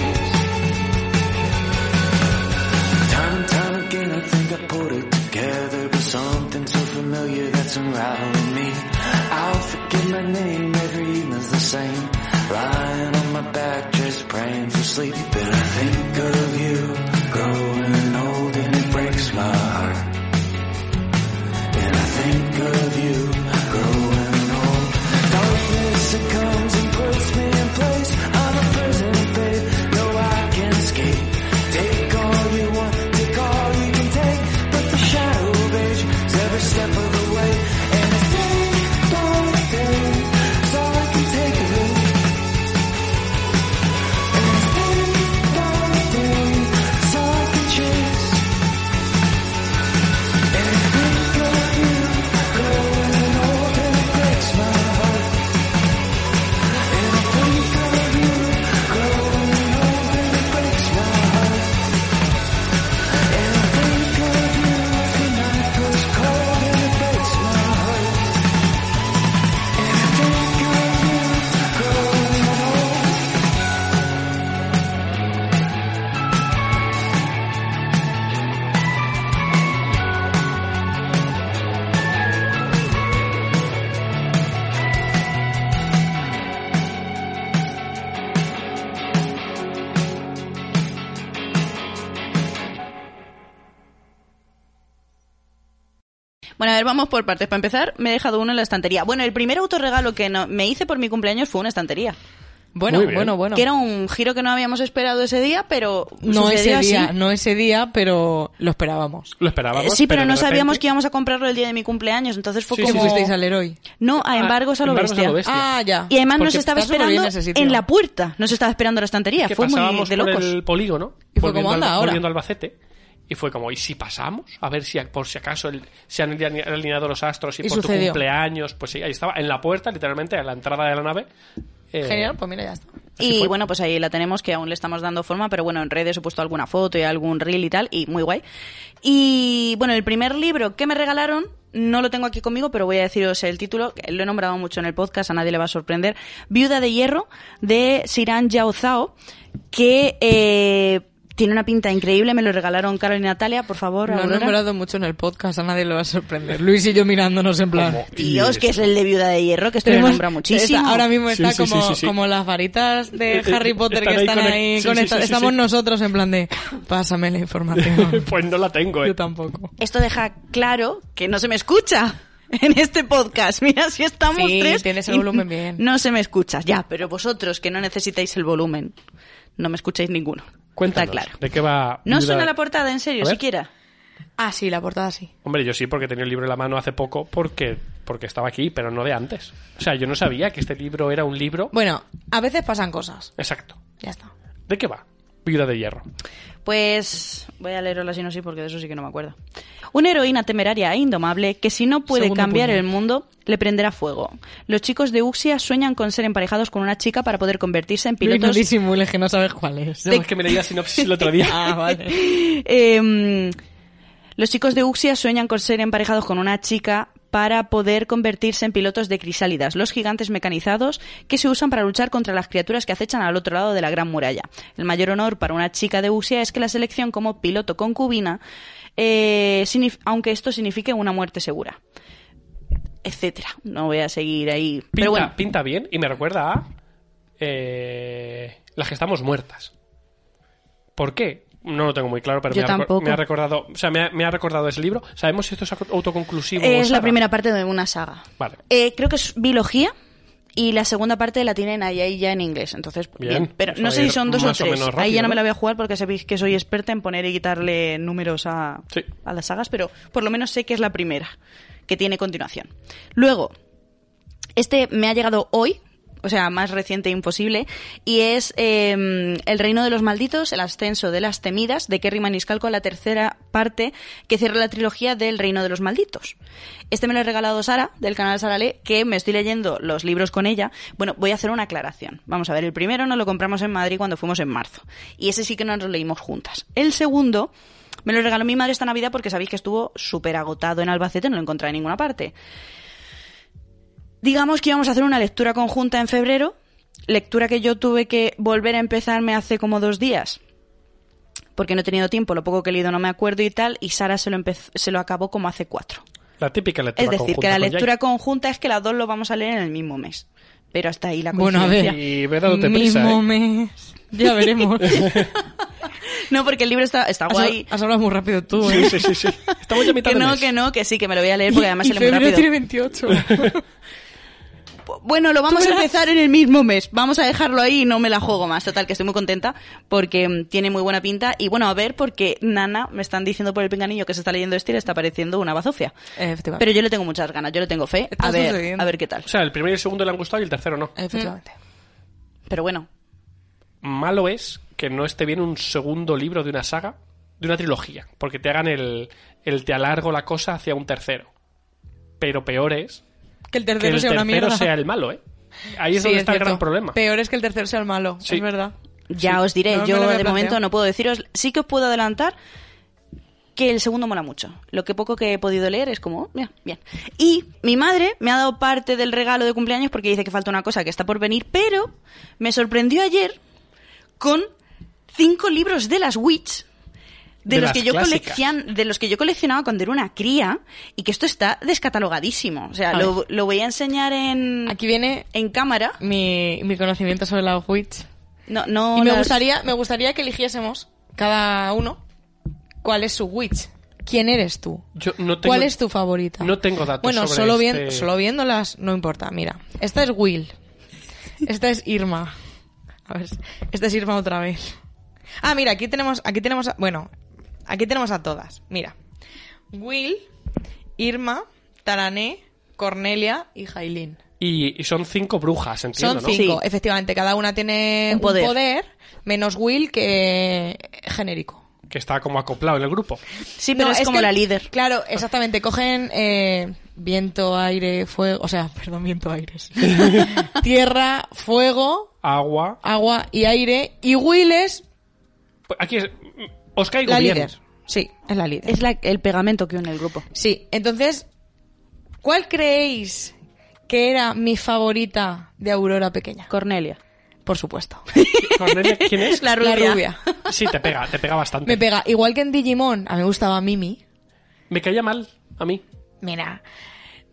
sleeping. I think of you growing old and it breaks my heart. And I think of you growing old. Darkness that comes and puts me in place. I'm a prison, babe. No, I can't escape. Take all you want, take all you can take. But the shadow of age is every step of the way. And it's day by day. It's all I can take of it. And it's day by day. It's all I can chase. And I think of you growing old and it breaks my heart. And I think of you growing old and it breaks my heart. And I think of you as the night goes cold and it breaks my heart. And I think of you growing old.
Bueno, a ver, vamos por partes. Para empezar, me he dejado uno en la estantería. Bueno, el primer autorregalo que no- me hice por mi cumpleaños fue una estantería.
Bueno,
Muy bien.
bueno, bueno.
Que era un giro que no habíamos esperado ese día, pero
No
sucedió
ese
así.
día, no ese día, pero lo esperábamos.
Lo esperábamos.
Eh, Sí, pero,
de
no
repente-
sabíamos que íbamos a comprarlo el día de mi cumpleaños, entonces fue
Sí, sí,
Que
como...
fuisteis al héroe.
No, a embargos a lo
embargos
bestia.
bestia.
Ah, ya.
Y además nos
Porque
estaba
está súper
esperando
bien ese sitio.
en la puerta, nos estaba esperando la estantería,
que
fue muy
pasábamos
de
por
locos.
el polígono
Y fue como,
volviendo,
"Anda,
al,
ahora".
volviendo a Albacete y fue como y si pasamos a ver si a- por si acaso el- se han aline- alineado los astros y,
Y
por tu
sucedió.
cumpleaños pues sí ahí estaba en la puerta literalmente a la entrada de la nave eh,
Genial, pues mira, ya está.
Así
Y
fue.
bueno, pues ahí la tenemos, que aún le estamos dando forma, pero bueno, en redes he puesto alguna foto y algún reel y tal, y muy guay. Y bueno, el primer libro que me regalaron, no lo tengo aquí conmigo, pero voy a deciros el título, que lo he nombrado mucho en el podcast, a nadie le va a sorprender, Viuda de Hierro, de Siran Yao Zhao, que eh, tiene una pinta increíble, me lo regalaron Carol y Natalia, por favor.
Lo han
Aurora.
nombrado mucho en el podcast, a nadie le va a sorprender. Luis y yo mirándonos en plan.
Como, y
Dios, que es el de Viuda de Hierro, que esto lo
Tenemos-
nombra muchísimo.
está- ahora mismo está
Sí, sí,
como,
sí, sí, sí.
como las varitas de
Eh, eh,
Harry Potter
están
que
ahí
están
conect-
ahí
sí, sí,
conectadas.
sí, sí,
Estamos
sí.
nosotros en plan de, pásame la información.
pues no la tengo eh.
Yo tampoco.
Esto deja claro que no se me escucha en este podcast. Mira, si estamos
Sí,
tres.
tienes el
y
volumen bien.
No se me escucha, ya, pero vosotros que no necesitáis el volumen, no me escucháis ninguno.
Cuéntanos,
Está claro.
de qué va
No
Viuda-
suena la portada, en serio,
A ver.
siquiera.
Ah, sí, la portada sí.
hombre yo sí porque tenía el libro en la mano hace poco porque porque estaba aquí pero no de antes o sea yo no sabía que este libro era un libro
Bueno, a veces pasan cosas.
exacto
Ya está.
de qué va Viuda de hierro
Pues voy a leeros la sinopsis porque de eso sí que no me acuerdo. Una heroína temeraria e indomable que si no puede
Segundo
cambiar
puño.
el mundo, le prenderá fuego. Los chicos de Uxia sueñan con ser emparejados con una chica para poder convertirse en
Luis, no
pilotos
disimules que no sabes cuál es.
no, es que me leí la sinopsis el otro día
Ah, vale.
Eh, los chicos de Uxia sueñan con ser emparejados con una chica para poder convertirse en pilotos de crisálidas, los gigantes mecanizados que se usan para luchar contra las criaturas que acechan al otro lado de la gran muralla. El mayor honor para una chica de Uxia es que la selección como piloto concubina, eh, signif- aunque esto signifique una muerte segura, etcétera. No voy a seguir ahí,
Pinta,
pero bueno.
pinta bien y me recuerda a eh, las que estamos muertas. ¿Por qué? No lo tengo muy claro, pero
Yo
me ha, recor-
tampoco.
me ha recordado, o sea, me ha, me ha recordado ese libro. ¿Sabemos si esto es auto- autoconclusivo?
Es la
Sara?
primera parte de una saga.
Vale.
Eh, creo que es biología y la segunda parte la tienen ahí, ahí ya en inglés. Entonces,
Bien.
bien. Pero
Eso
no
va
sé
a
si
ir
son dos o
más o
tres.
menos
ahí
rápido,
ya no me
¿no?
la voy a jugar porque sabéis que soy experta en poner y quitarle números a,
Sí.
a las sagas, pero por lo menos sé que es la primera que tiene continuación. Luego, este me ha llegado hoy, o sea, más reciente imposible, y es eh, El Reino de los Malditos, El Ascenso de las Temidas, de Kerry Maniscalco, la tercera parte que cierra la trilogía del Reino de los Malditos. Este me lo ha regalado Sara, del canal Sara Le, que me estoy leyendo los libros con ella. Bueno, voy a hacer una aclaración. Vamos a ver, el primero nos lo compramos en Madrid cuando fuimos en marzo, y ese sí que nos lo leímos juntas. El segundo... Me lo regaló mi madre esta Navidad porque sabéis que estuvo súper agotado en Albacete, no lo encontré en ninguna parte. Digamos que íbamos a hacer una lectura conjunta en febrero, lectura que yo tuve que volver a empezarme hace como dos días, porque no he tenido tiempo, lo poco que he leído no me acuerdo y tal, y Sara se lo, empez- se lo acabó como hace cuatro.
La típica lectura
Es decir,
conjunta
que la
con
lectura conjunta es que las dos lo vamos a leer en el mismo mes. Pero hasta ahí la
Bueno, a
coincidencia.
ver. Y ve dándote prisa,
Mismo
¿eh?
mes. Ya veremos.
No, porque el libro está, está
Has,
guay.
has hablado muy rápido tú, ¿eh?
Sí, sí, sí, sí. Ah, Estamos ya a mitad
Que
de
no,
mes.
que no, que sí, que me lo voy a leer porque además
Y
se lee muy
febrero
rápido.
tiene 28.
Bueno, lo vamos a empezar en el mismo mes. Vamos a dejarlo ahí y no me la juego más. Total, que estoy muy contenta porque mm, tiene muy buena pinta. Y bueno, a ver, porque Nana me están diciendo por el pinganillo que se está leyendo este y le está pareciendo una bazofia.
Efectivamente.
Pero yo le tengo muchas ganas, yo le tengo fe.
Está
A ver,
sucediendo.
a ver qué tal.
O sea, el primero y el segundo le han gustado y el tercero no.
Efectivamente.
Mm. Pero bueno,
Malo es que no esté bien un segundo libro de una saga, de una trilogía, porque te hagan el, el te alargo la cosa hacia un tercero. Pero peor es
Que el
que
tercero
el
sea una
tercero
mierda.
sea el malo, ¿eh? Ahí es
Sí,
donde
es
está el gran
cierto.
problema.
Peor es que el tercero sea el malo,
Sí.
es verdad.
ya os diré.
No me
yo
lo
de
había planteado.
momento no puedo deciros. Sí que os puedo adelantar que el segundo mola mucho. Lo que poco que he podido leer es como, "Oh, mira, bien. Y mi madre me ha dado parte del regalo de cumpleaños porque dice que falta una cosa que está por venir, pero me sorprendió ayer con cinco libros de las Witch. De,
De
los
las
que yo
clásicas.
coleccion- de los que yo coleccionaba cuando era una cría y que esto está descatalogadísimo. O sea,
A
lo, lo voy a enseñar en,
Aquí viene
en cámara.
mi, mi conocimiento sobre la Witch.
No, no
Y me
las-
gustaría, me gustaría que eligiésemos cada uno cuál es su Witch. ¿Quién eres tú?
Yo no tengo-
¿Cuál es tu favorita?
no tengo datos
Bueno,
sobre
solo,
este-
vien- solo viéndolas no importa. Mira, esta es Will. Esta es Irma. A ver, esta es Irma otra vez. Ah, mira, aquí tenemos, aquí tenemos, a- bueno, aquí tenemos a todas. Mira, Will, Irma, Tarané, Cornelia y Jailin.
Y, y son cinco brujas, entiendo,
Son
¿no?
cinco,
Sí.
efectivamente. Cada una tiene
Un
un poder.
poder.
menos Will que genérico.
Que está como acoplado en el grupo.
Sí, pero
No,
es, como
que-
la líder.
Claro, exactamente. Cogen eh, viento, aire, fuego. O sea, perdón, viento, aire. sí. Tierra, fuego,
Agua.
agua y aire. Y Will es
Pues Aquí es. Os caigo
la
bien.
líder. Sí, es la líder.
Es la- el pegamento que une el grupo.
Sí, entonces, ¿cuál creéis que era mi favorita de Aurora pequeña?
Cornelia.
Por supuesto.
Cornelia, ¿quién es?
La rubia.
La rubia.
Sí, te pega, te pega bastante.
Me pega. Igual que en Digimon, a mí me gustaba Mimi.
Me caía mal a mí.
Mira,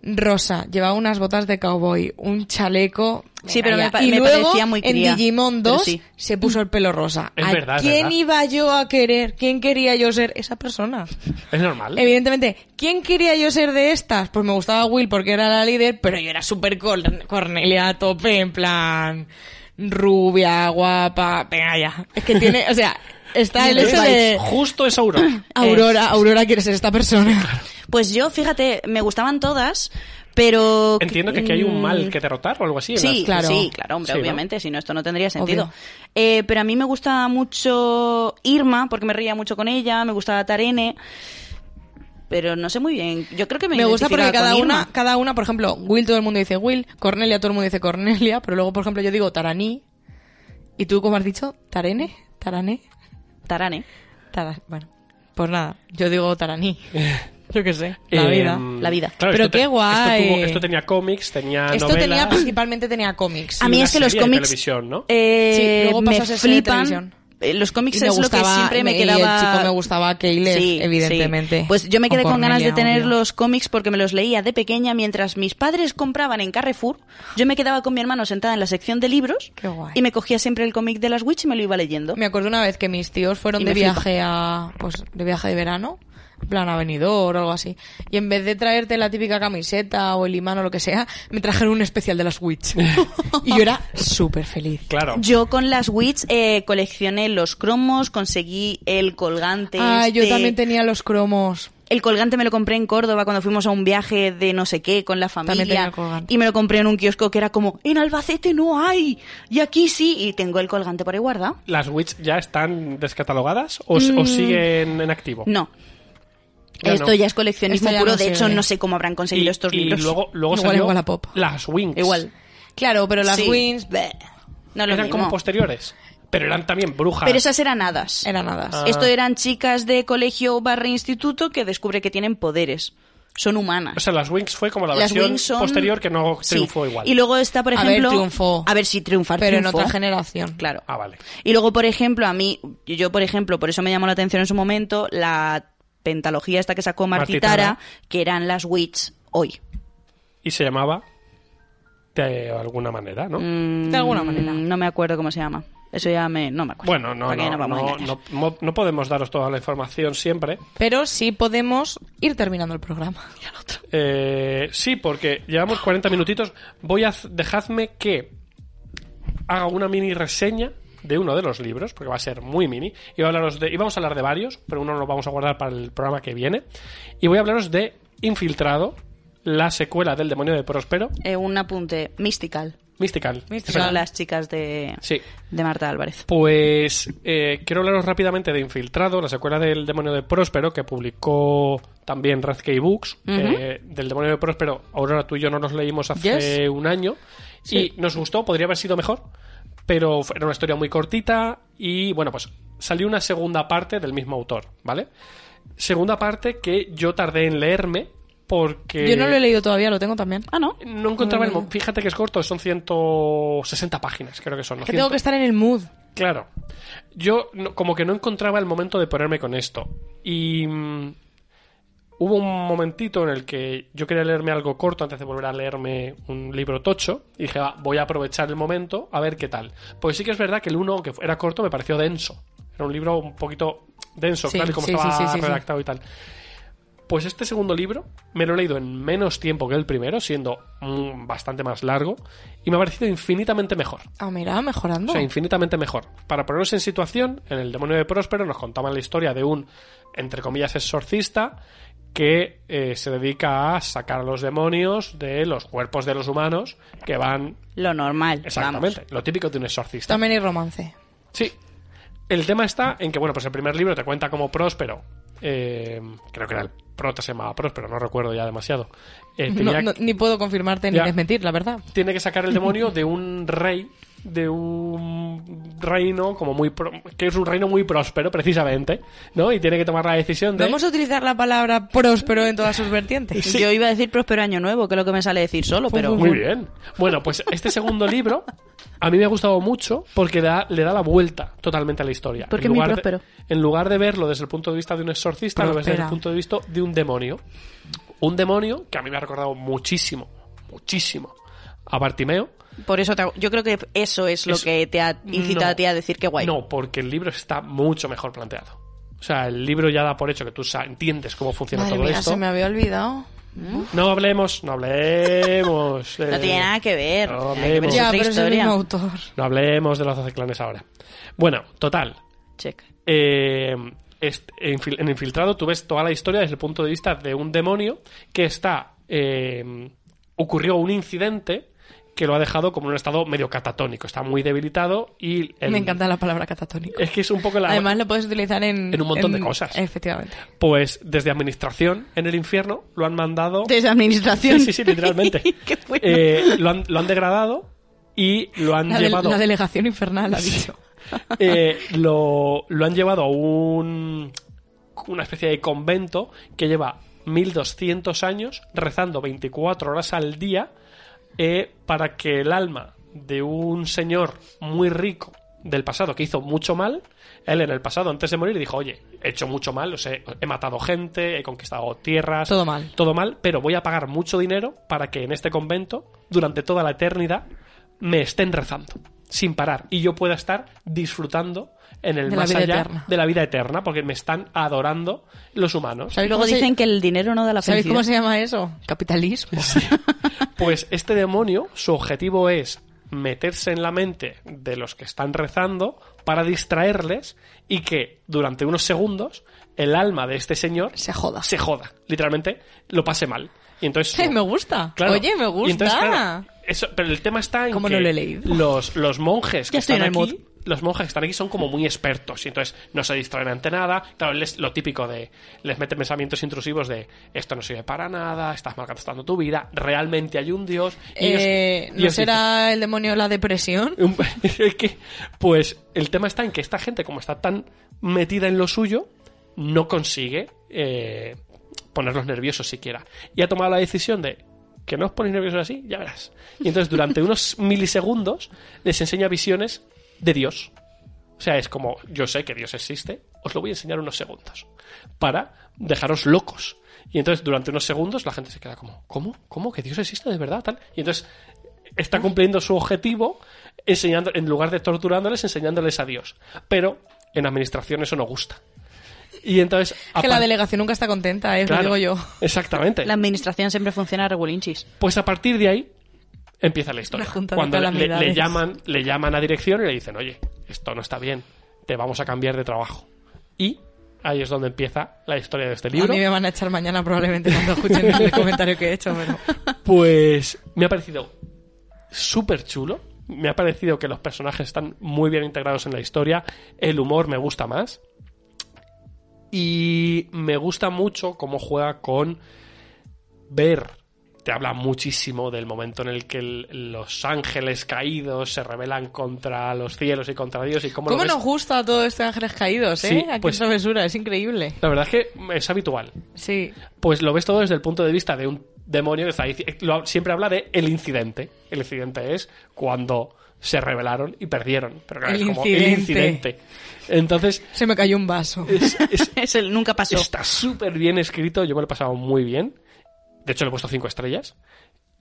Rosa llevaba unas botas de cowboy, un chaleco.
Sí, pero me
ya.
pa-
y
me
luego,
parecía muy cría,
En Digimon
pero
2
sí.
se puso el pelo rosa.
Es
¿A
verdad, es
¿Quién
verdad.
iba yo a querer? ¿Quién quería yo ser esa persona?
Es normal.
Evidentemente, ¿quién quería yo ser de estas? Pues me gustaba Will porque era la líder, pero yo era súper cor- Cornelia a tope, en plan rubia, guapa, venga ya. Es que tiene, o sea, está el hecho de
Justo es Aurora.
Aurora, Aurora quiere ser esta persona.
Pues yo, fíjate, me gustaban todas, pero... Mm,
Entiendo que aquí hay un mal que derrotar o algo así. en
Sí,
las-
claro.
claro. sí, claro, hombre,
Sí, ¿no?
obviamente, si no esto no tendría sentido.
Obvio.
Eh, pero a mí me gusta mucho Irma, porque me reía mucho con ella, me gustaba Tarene, pero no sé muy bien, yo creo que me
Me gusta porque
identificaba
cada
con
una,
Irma.
cada una, por ejemplo, Will todo el mundo dice Will, Cornelia todo el mundo dice Cornelia, pero luego, por ejemplo, yo digo Taraní, y tú, como has dicho, Tarene, Tarané,
Tarane,
Tara- bueno, pues nada, yo digo Taraní, yo qué sé, la
Eh,
vida.
la vida.
claro,
Pero
esto te-
qué guay.
Esto, tuvo- esto tenía cómics, tenía
Esto
novelas.
tenía, principalmente tenía cómics.
A mí
una
es que los
serie de
cómics...
televisión, ¿no?
eh,
Sí, luego
me
pasó a ser serie de
flipan...
televisión.
Eh, Los
Y
cómics
me
es lo que
gustaba-
siempre me
y el
quedaba...
chico me gustaba Kayler,
Sí,
evidentemente.
sí. Pues yo me
O
quedé con ganas de
Cornelia,
tener
obvio.
los cómics porque me los leía de pequeña mientras mis padres compraban en Carrefour. Yo me quedaba con mi hermano sentada en la sección de libros
Qué guay.
y me cogía siempre el cómic de las Witch y me lo iba leyendo.
Me acuerdo una vez que mis tíos fueron
Y
de
me flipa.
viaje a. Pues de viaje de verano, en plan avenidor o algo así. Y en vez de traerte la típica camiseta o el imán o lo que sea, me trajeron un especial de las Witch. y yo era súper feliz.
Claro.
Yo con las Witch eh, coleccioné los cromos, conseguí el colgante.
Ah, yo
este.
también tenía los cromos.
El colgante me lo compré en Córdoba cuando fuimos a un viaje de no sé qué con la
tenía
familia.
el colgante.
Y me lo compré en un kiosco que era como, en Albacete no hay. Y aquí sí. Y tengo el colgante por ahí guardado.
¿Las Witch ya están descatalogadas o, s- o siguen en
Oh.
activo?
Mm. No.
Ya
Esto
no.
ya es coleccionismo
Esto ya
puro.
no
de
sirve.
hecho, no sé cómo habrán conseguido
Y,
estos
y
libros.
luego, luego
Igual en
salió
Wallapop.
las Wings.
Igual.
Claro, pero las
Sí.
Wings.
Bleh. No lo
Eran
mismo.
como posteriores. Pero eran también brujas.
Pero esas eran hadas.
Eran hadas.
Ah.
Esto eran chicas de colegio barra instituto que descubre que tienen poderes. Son humanas.
O sea, las Wings fue como la
Las
versión
Wings son-
posterior que no
Sí.
triunfó igual.
Y luego está, por
A ver,
ejemplo...
triunfó.
A ver si triunfar
Pero en
triunfó.
otra generación.
Claro.
Ah, vale.
Y luego, por ejemplo, a mí, yo, por ejemplo, por eso me llamó la atención en su momento la pentalogía esta que sacó Martitara,
Martitara.
que eran las Witch hoy.
Y se llamaba de alguna manera, ¿no?
De alguna manera.
Mm, No me Mm, acuerdo cómo se llama. Eso ya me, no me acuerdo.
Bueno, no,
¿Para qué
no,
nos vamos a
no,
engañar?
no- mo- no podemos daros toda la información siempre.
Pero sí podemos ir terminando el programa.
Eh, sí, porque llevamos 40 minutitos. Voy a dejadme que haga una mini reseña de uno de los libros, porque va a ser muy mini. Y, voy a hablaros de, y vamos a hablar de varios, pero uno lo vamos a guardar para el programa que viene. Y voy a hablaros de Infiltrado, la secuela del demonio de Prospero,
Eh, un apunte, Mystical.
Mystical.
que Son las chicas de,
Sí.
de Marta Álvarez.
Pues eh, quiero hablaros rápidamente de Infiltrado, la secuela del Demonio de Próspero, que publicó también Razkey Books. eh, del Demonio de Próspero, Aurora, tú y yo no nos leímos hace un año. Y nos gustó, podría haber sido mejor, pero fue- era una historia muy cortita. Y bueno, pues salió una segunda parte del mismo autor, ¿vale? Segunda parte que yo tardé en leerme porque...
Yo no lo he leído Mm. todavía, lo tengo también.
Ah, no.
No encontraba el... mo- Fíjate que es corto, son 160 páginas, creo que son. ¿no?
Que tengo
100.
que estar en el mood.
Claro. Yo no- como que no encontraba el momento de ponerme con esto. Y mm, hubo un momentito en el que yo quería leerme algo corto antes de volver a leerme un libro tocho. Y dije, "Va, voy a aprovechar el momento a ver qué tal. Pues sí que es verdad que el uno, que era corto, me pareció denso. Era un libro un poquito denso,
Sí,
tal y como
sí,
estaba
sí, sí, sí, sí.
redactado y tal. Pues este segundo libro me lo he leído en menos tiempo que el primero, siendo mm, bastante más largo, y me ha parecido infinitamente mejor.
Ah, mira, mejorando.
O sea, infinitamente mejor. Para ponernos en situación, en el demonio de Próspero nos contaban la historia de un, entre comillas, exorcista que eh, se dedica a sacar a los demonios de los cuerpos de los humanos que van...
Lo normal.
Exactamente,
vamos.
lo típico de un exorcista.
También hay romance.
Sí. El tema está en que, bueno, pues el primer libro te cuenta como Próspero. eh, creo que era el prota se llamaba Próspero, no recuerdo ya demasiado. eh,
No-
tenía-
no- ni puedo confirmarte
Ya. ¿Eh?
ni desmentir, la verdad.
tiene que sacar el demonio de un rey de un reino como muy pro- que es un reino muy próspero precisamente no y tiene que tomar la decisión de
Vamos a utilizar la palabra próspero en todas sus vertientes.
Sí.
Yo iba a decir Próspero Año Nuevo, que es lo que me sale decir solo, pero...
muy bien bueno pues este segundo libro a mí me ha gustado mucho porque da- le da la vuelta totalmente a la historia
¿Por qué
en
muy
lugar, de,
próspero?
en lugar de verlo desde el punto de vista de un exorcista lo ves desde el
Prospera.
punto de vista de un demonio un demonio que a mí me ha recordado muchísimo muchísimo a Bartimeo
Por eso te- yo creo que eso es lo
Eso-
que te ha incitado
No.
a ti a decir que guay.
No, porque el libro está mucho mejor planteado. O sea, el libro ya da por hecho que tú sa- entiendes cómo funciona
Madre
todo
mía,
esto.
se me había olvidado.
No hablemos, no hablemos. eh,
No tiene nada que ver. nada
no
que ver,
hablemos.
es
ya,
otra
pero es el
historia.
mismo autor.
no hablemos de los 12 clanes ahora. Bueno, total.
Check.
eh, est- en Infil- en Infiltrado tú ves toda la historia desde el punto de vista de un demonio que está... eh, ocurrió un incidente que lo ha dejado como en un estado medio catatónico. Está muy debilitado y... el-
Me encanta la palabra catatónico.
Es que es un poco la...
Además, lo puedes utilizar en...
En un montón de cosas.
Efectivamente.
Pues desde administración en el infierno lo han mandado.
Desadministración.
Sí, sí, sí, literalmente.
Qué bueno.
Eh, lo, han, lo han degradado y lo han
La, de-
llevado.
la delegación infernal, ha dicho.
eh, lo, lo han llevado a un una especie de convento que lleva 1200 años rezando 24 horas al día eh, para que el alma de un señor muy rico del pasado que hizo mucho mal, él en el pasado antes de morir dijo, oye, he hecho mucho mal, o sea, he matado gente, he conquistado tierras,
Todo mal.
todo mal, pero voy a pagar mucho dinero para que en este convento, durante toda la eternidad, me estén rezando sin parar y yo pueda estar disfrutando en el
De la
más
vida
allá
eterna.
de la vida eterna porque me están adorando los humanos.
¿Sabéis
Luego
cómo se-
dicen que el dinero no da la
¿Sabéis
felicidad.
cómo se llama eso? Capitalismo.
Pues este demonio, su objetivo es meterse en la mente de los que están rezando para distraerles y que durante unos segundos el alma de este señor
Se joda.
se joda, literalmente lo pase mal. Y entonces
Ay, me gusta.
Claro.
Oye, me
Y entonces,
gusta.
claro, eso- pero el tema está en
¿Cómo
que
no lo he leído?
Los, los monjes que
Ya estoy
están
en el
aquí, los monjes que están aquí son como muy expertos y entonces no se distraen ante nada. Claro, les, lo típico de les meten pensamientos intrusivos de esto no sirve para nada, estás malgastando tu vida, realmente hay un dios. Y ellos-
Eh,
y
¿No
ellos dicen-
será el demonio de la depresión?
un- es que, pues el tema está en que esta gente, como está tan metida en lo suyo, no consigue eh, ponerlos nerviosos siquiera. Y ha tomado la decisión de que no os ponéis nerviosos así, ya verás. Y entonces durante unos milisegundos les enseña visiones de Dios. O sea, es como, yo sé que Dios existe, os lo voy a enseñar unos segundos para dejaros locos. Y entonces, durante unos segundos, la gente se queda como, ¿cómo? ¿Cómo? ¿Que Dios existe de verdad? Tal. Y entonces, está cumpliendo su objetivo enseñando, en lugar de torturándoles, enseñándoles a Dios. Pero en administración eso no gusta. Y entonces...
Que la
apar-
delegación nunca está contenta, ¿eh? Os lo
Claro,
digo yo.
Exactamente.
La administración siempre funciona regulinchis.
Pues a partir de ahí empieza la historia.
Una junta de
Cuando le- le,
calamidades.
llaman, le llaman a dirección y le dicen, oye, esto no está bien, te vamos a cambiar de trabajo. Y ahí es donde empieza la historia de este libro.
A mí me van a echar mañana probablemente cuando escuchen el comentario que he hecho, pero...
Pues me ha parecido súper chulo. Me ha parecido que los personajes están muy bien integrados en la historia. El humor me gusta más. Y me gusta mucho cómo juega con ver. Te habla muchísimo del momento en el que el- los ángeles caídos se rebelan contra los cielos y contra Dios y cómo, lo
¿Cómo
ves.
nos gusta todo este Ángeles Caídos, eh?
pues Sí,
Aquí
pues-
esa mesura, es increíble.
La verdad es que es habitual.
Sí.
Pues lo ves todo desde el punto de vista de un demonio que está ahí. Lo- siempre habla de el incidente. El incidente es cuando se rebelaron y perdieron. Pero claro,
El
es como el
incidente.
incidente. Entonces,
Se me cayó un vaso.
es- es-
Es el nunca pasó.
está súper bien escrito. Yo me lo he pasado muy bien. De hecho, le he puesto cinco estrellas.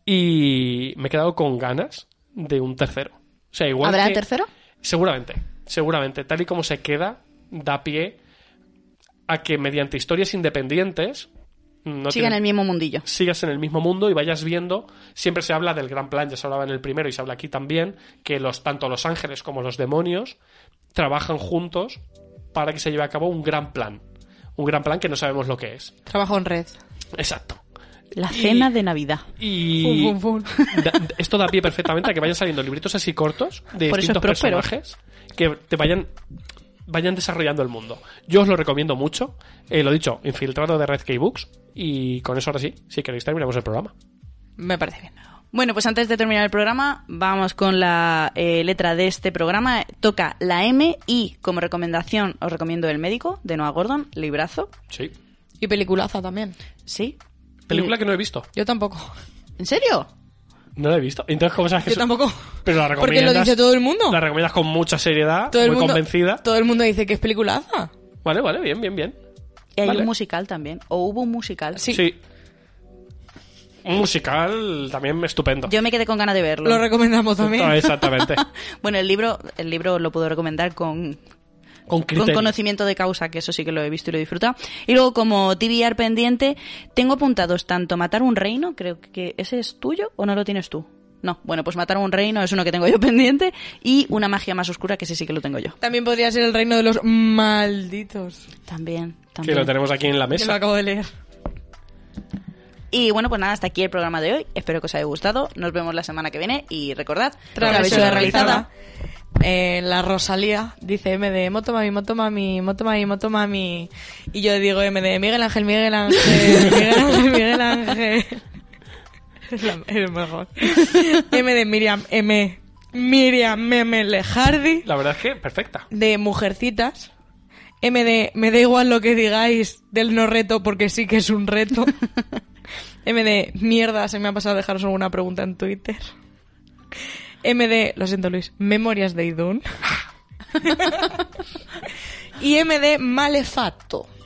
Y me he quedado con ganas de un tercero. O sea, igual
¿Habrá
que-
tercero?
Seguramente, seguramente. Tal y como se queda, da pie a que mediante historias independientes... No
Sigue en
tienen-
el mismo mundillo.
sigas en el mismo mundo y vayas viendo. Siempre se habla del gran plan, ya se hablaba en el primero y se habla aquí también, que los, tanto los ángeles como los demonios trabajan juntos para que se lleve a cabo un gran plan. Un gran plan que no sabemos lo que es.
Trabajo en red.
Exacto.
La
Y-
cena de Navidad.
Y
Fum, fum,
da- esto da pie perfectamente a que vayan saliendo libritos así cortos de
Por eso es
distintos
próspero.
personajes que te vayan vayan desarrollando el mundo. Yo os lo recomiendo mucho. Eh, lo dicho, infiltrado de Red Key Books. Y con eso ahora sí, si queréis terminamos el programa.
Me parece bien.
Bueno, pues antes de terminar el programa, vamos con la eh, letra de este programa. Toca la M y, como recomendación, os recomiendo El médico de Noah Gordon, librazo.
Sí.
Y peliculaza también.
Sí.
Película que no he visto.
Yo tampoco.
¿En serio?
No la he visto. Entonces, ¿cómo sabes que
Yo
so-
tampoco.
Pero la recomiendas.
Porque lo dice todo el mundo.
La recomiendas con mucha seriedad,
Todo el
muy
mundo,
convencida.
Todo el mundo dice que es peliculaza.
Vale, vale, bien, bien, bien.
Y hay
Vale.
un musical también. O hubo un musical.
Sí.
Un musical también estupendo.
Yo me quedé con ganas de verlo.
Lo recomendamos también.
Ah, Exactamente.
bueno, el libro, el libro lo puedo recomendar con,
Con criterio.
con conocimiento de causa, que eso sí que lo he visto y lo he disfrutado. Y luego, como TBR pendiente, tengo apuntados tanto Matar un Reino, creo que ese es tuyo o no lo tienes tú. No, bueno, pues Matar un Reino es uno que tengo yo pendiente y Una magia más oscura, que ese sí que lo tengo yo.
También podría ser el reino de los malditos.
También,
Que
también.
lo tenemos aquí en la
Que lo
mesa.
acabo de leer.
Y bueno, pues nada, hasta aquí el programa de hoy. Espero que os haya gustado. Nos vemos la semana que viene y recordad,
Travesura
travesura
realizada. Eh, la Rosalía dice M de Moto Mami, Moto Mami, Moto Mami, Moto Mami. Y yo digo M de Miguel Ángel, Miguel Ángel, Miguel Ángel, Miguel Ángel. Es la- es el mejor. M de Miriam, M. Miriam Meme Lejardi.
La verdad es que perfecta.
De Mujercitas. M de Me da igual lo que digáis del no reto porque sí que es un reto. M de Mierda, se me ha pasado dejaros alguna pregunta en Twitter. M de, lo siento Luis, Memorias de Idun. y M de Malefato.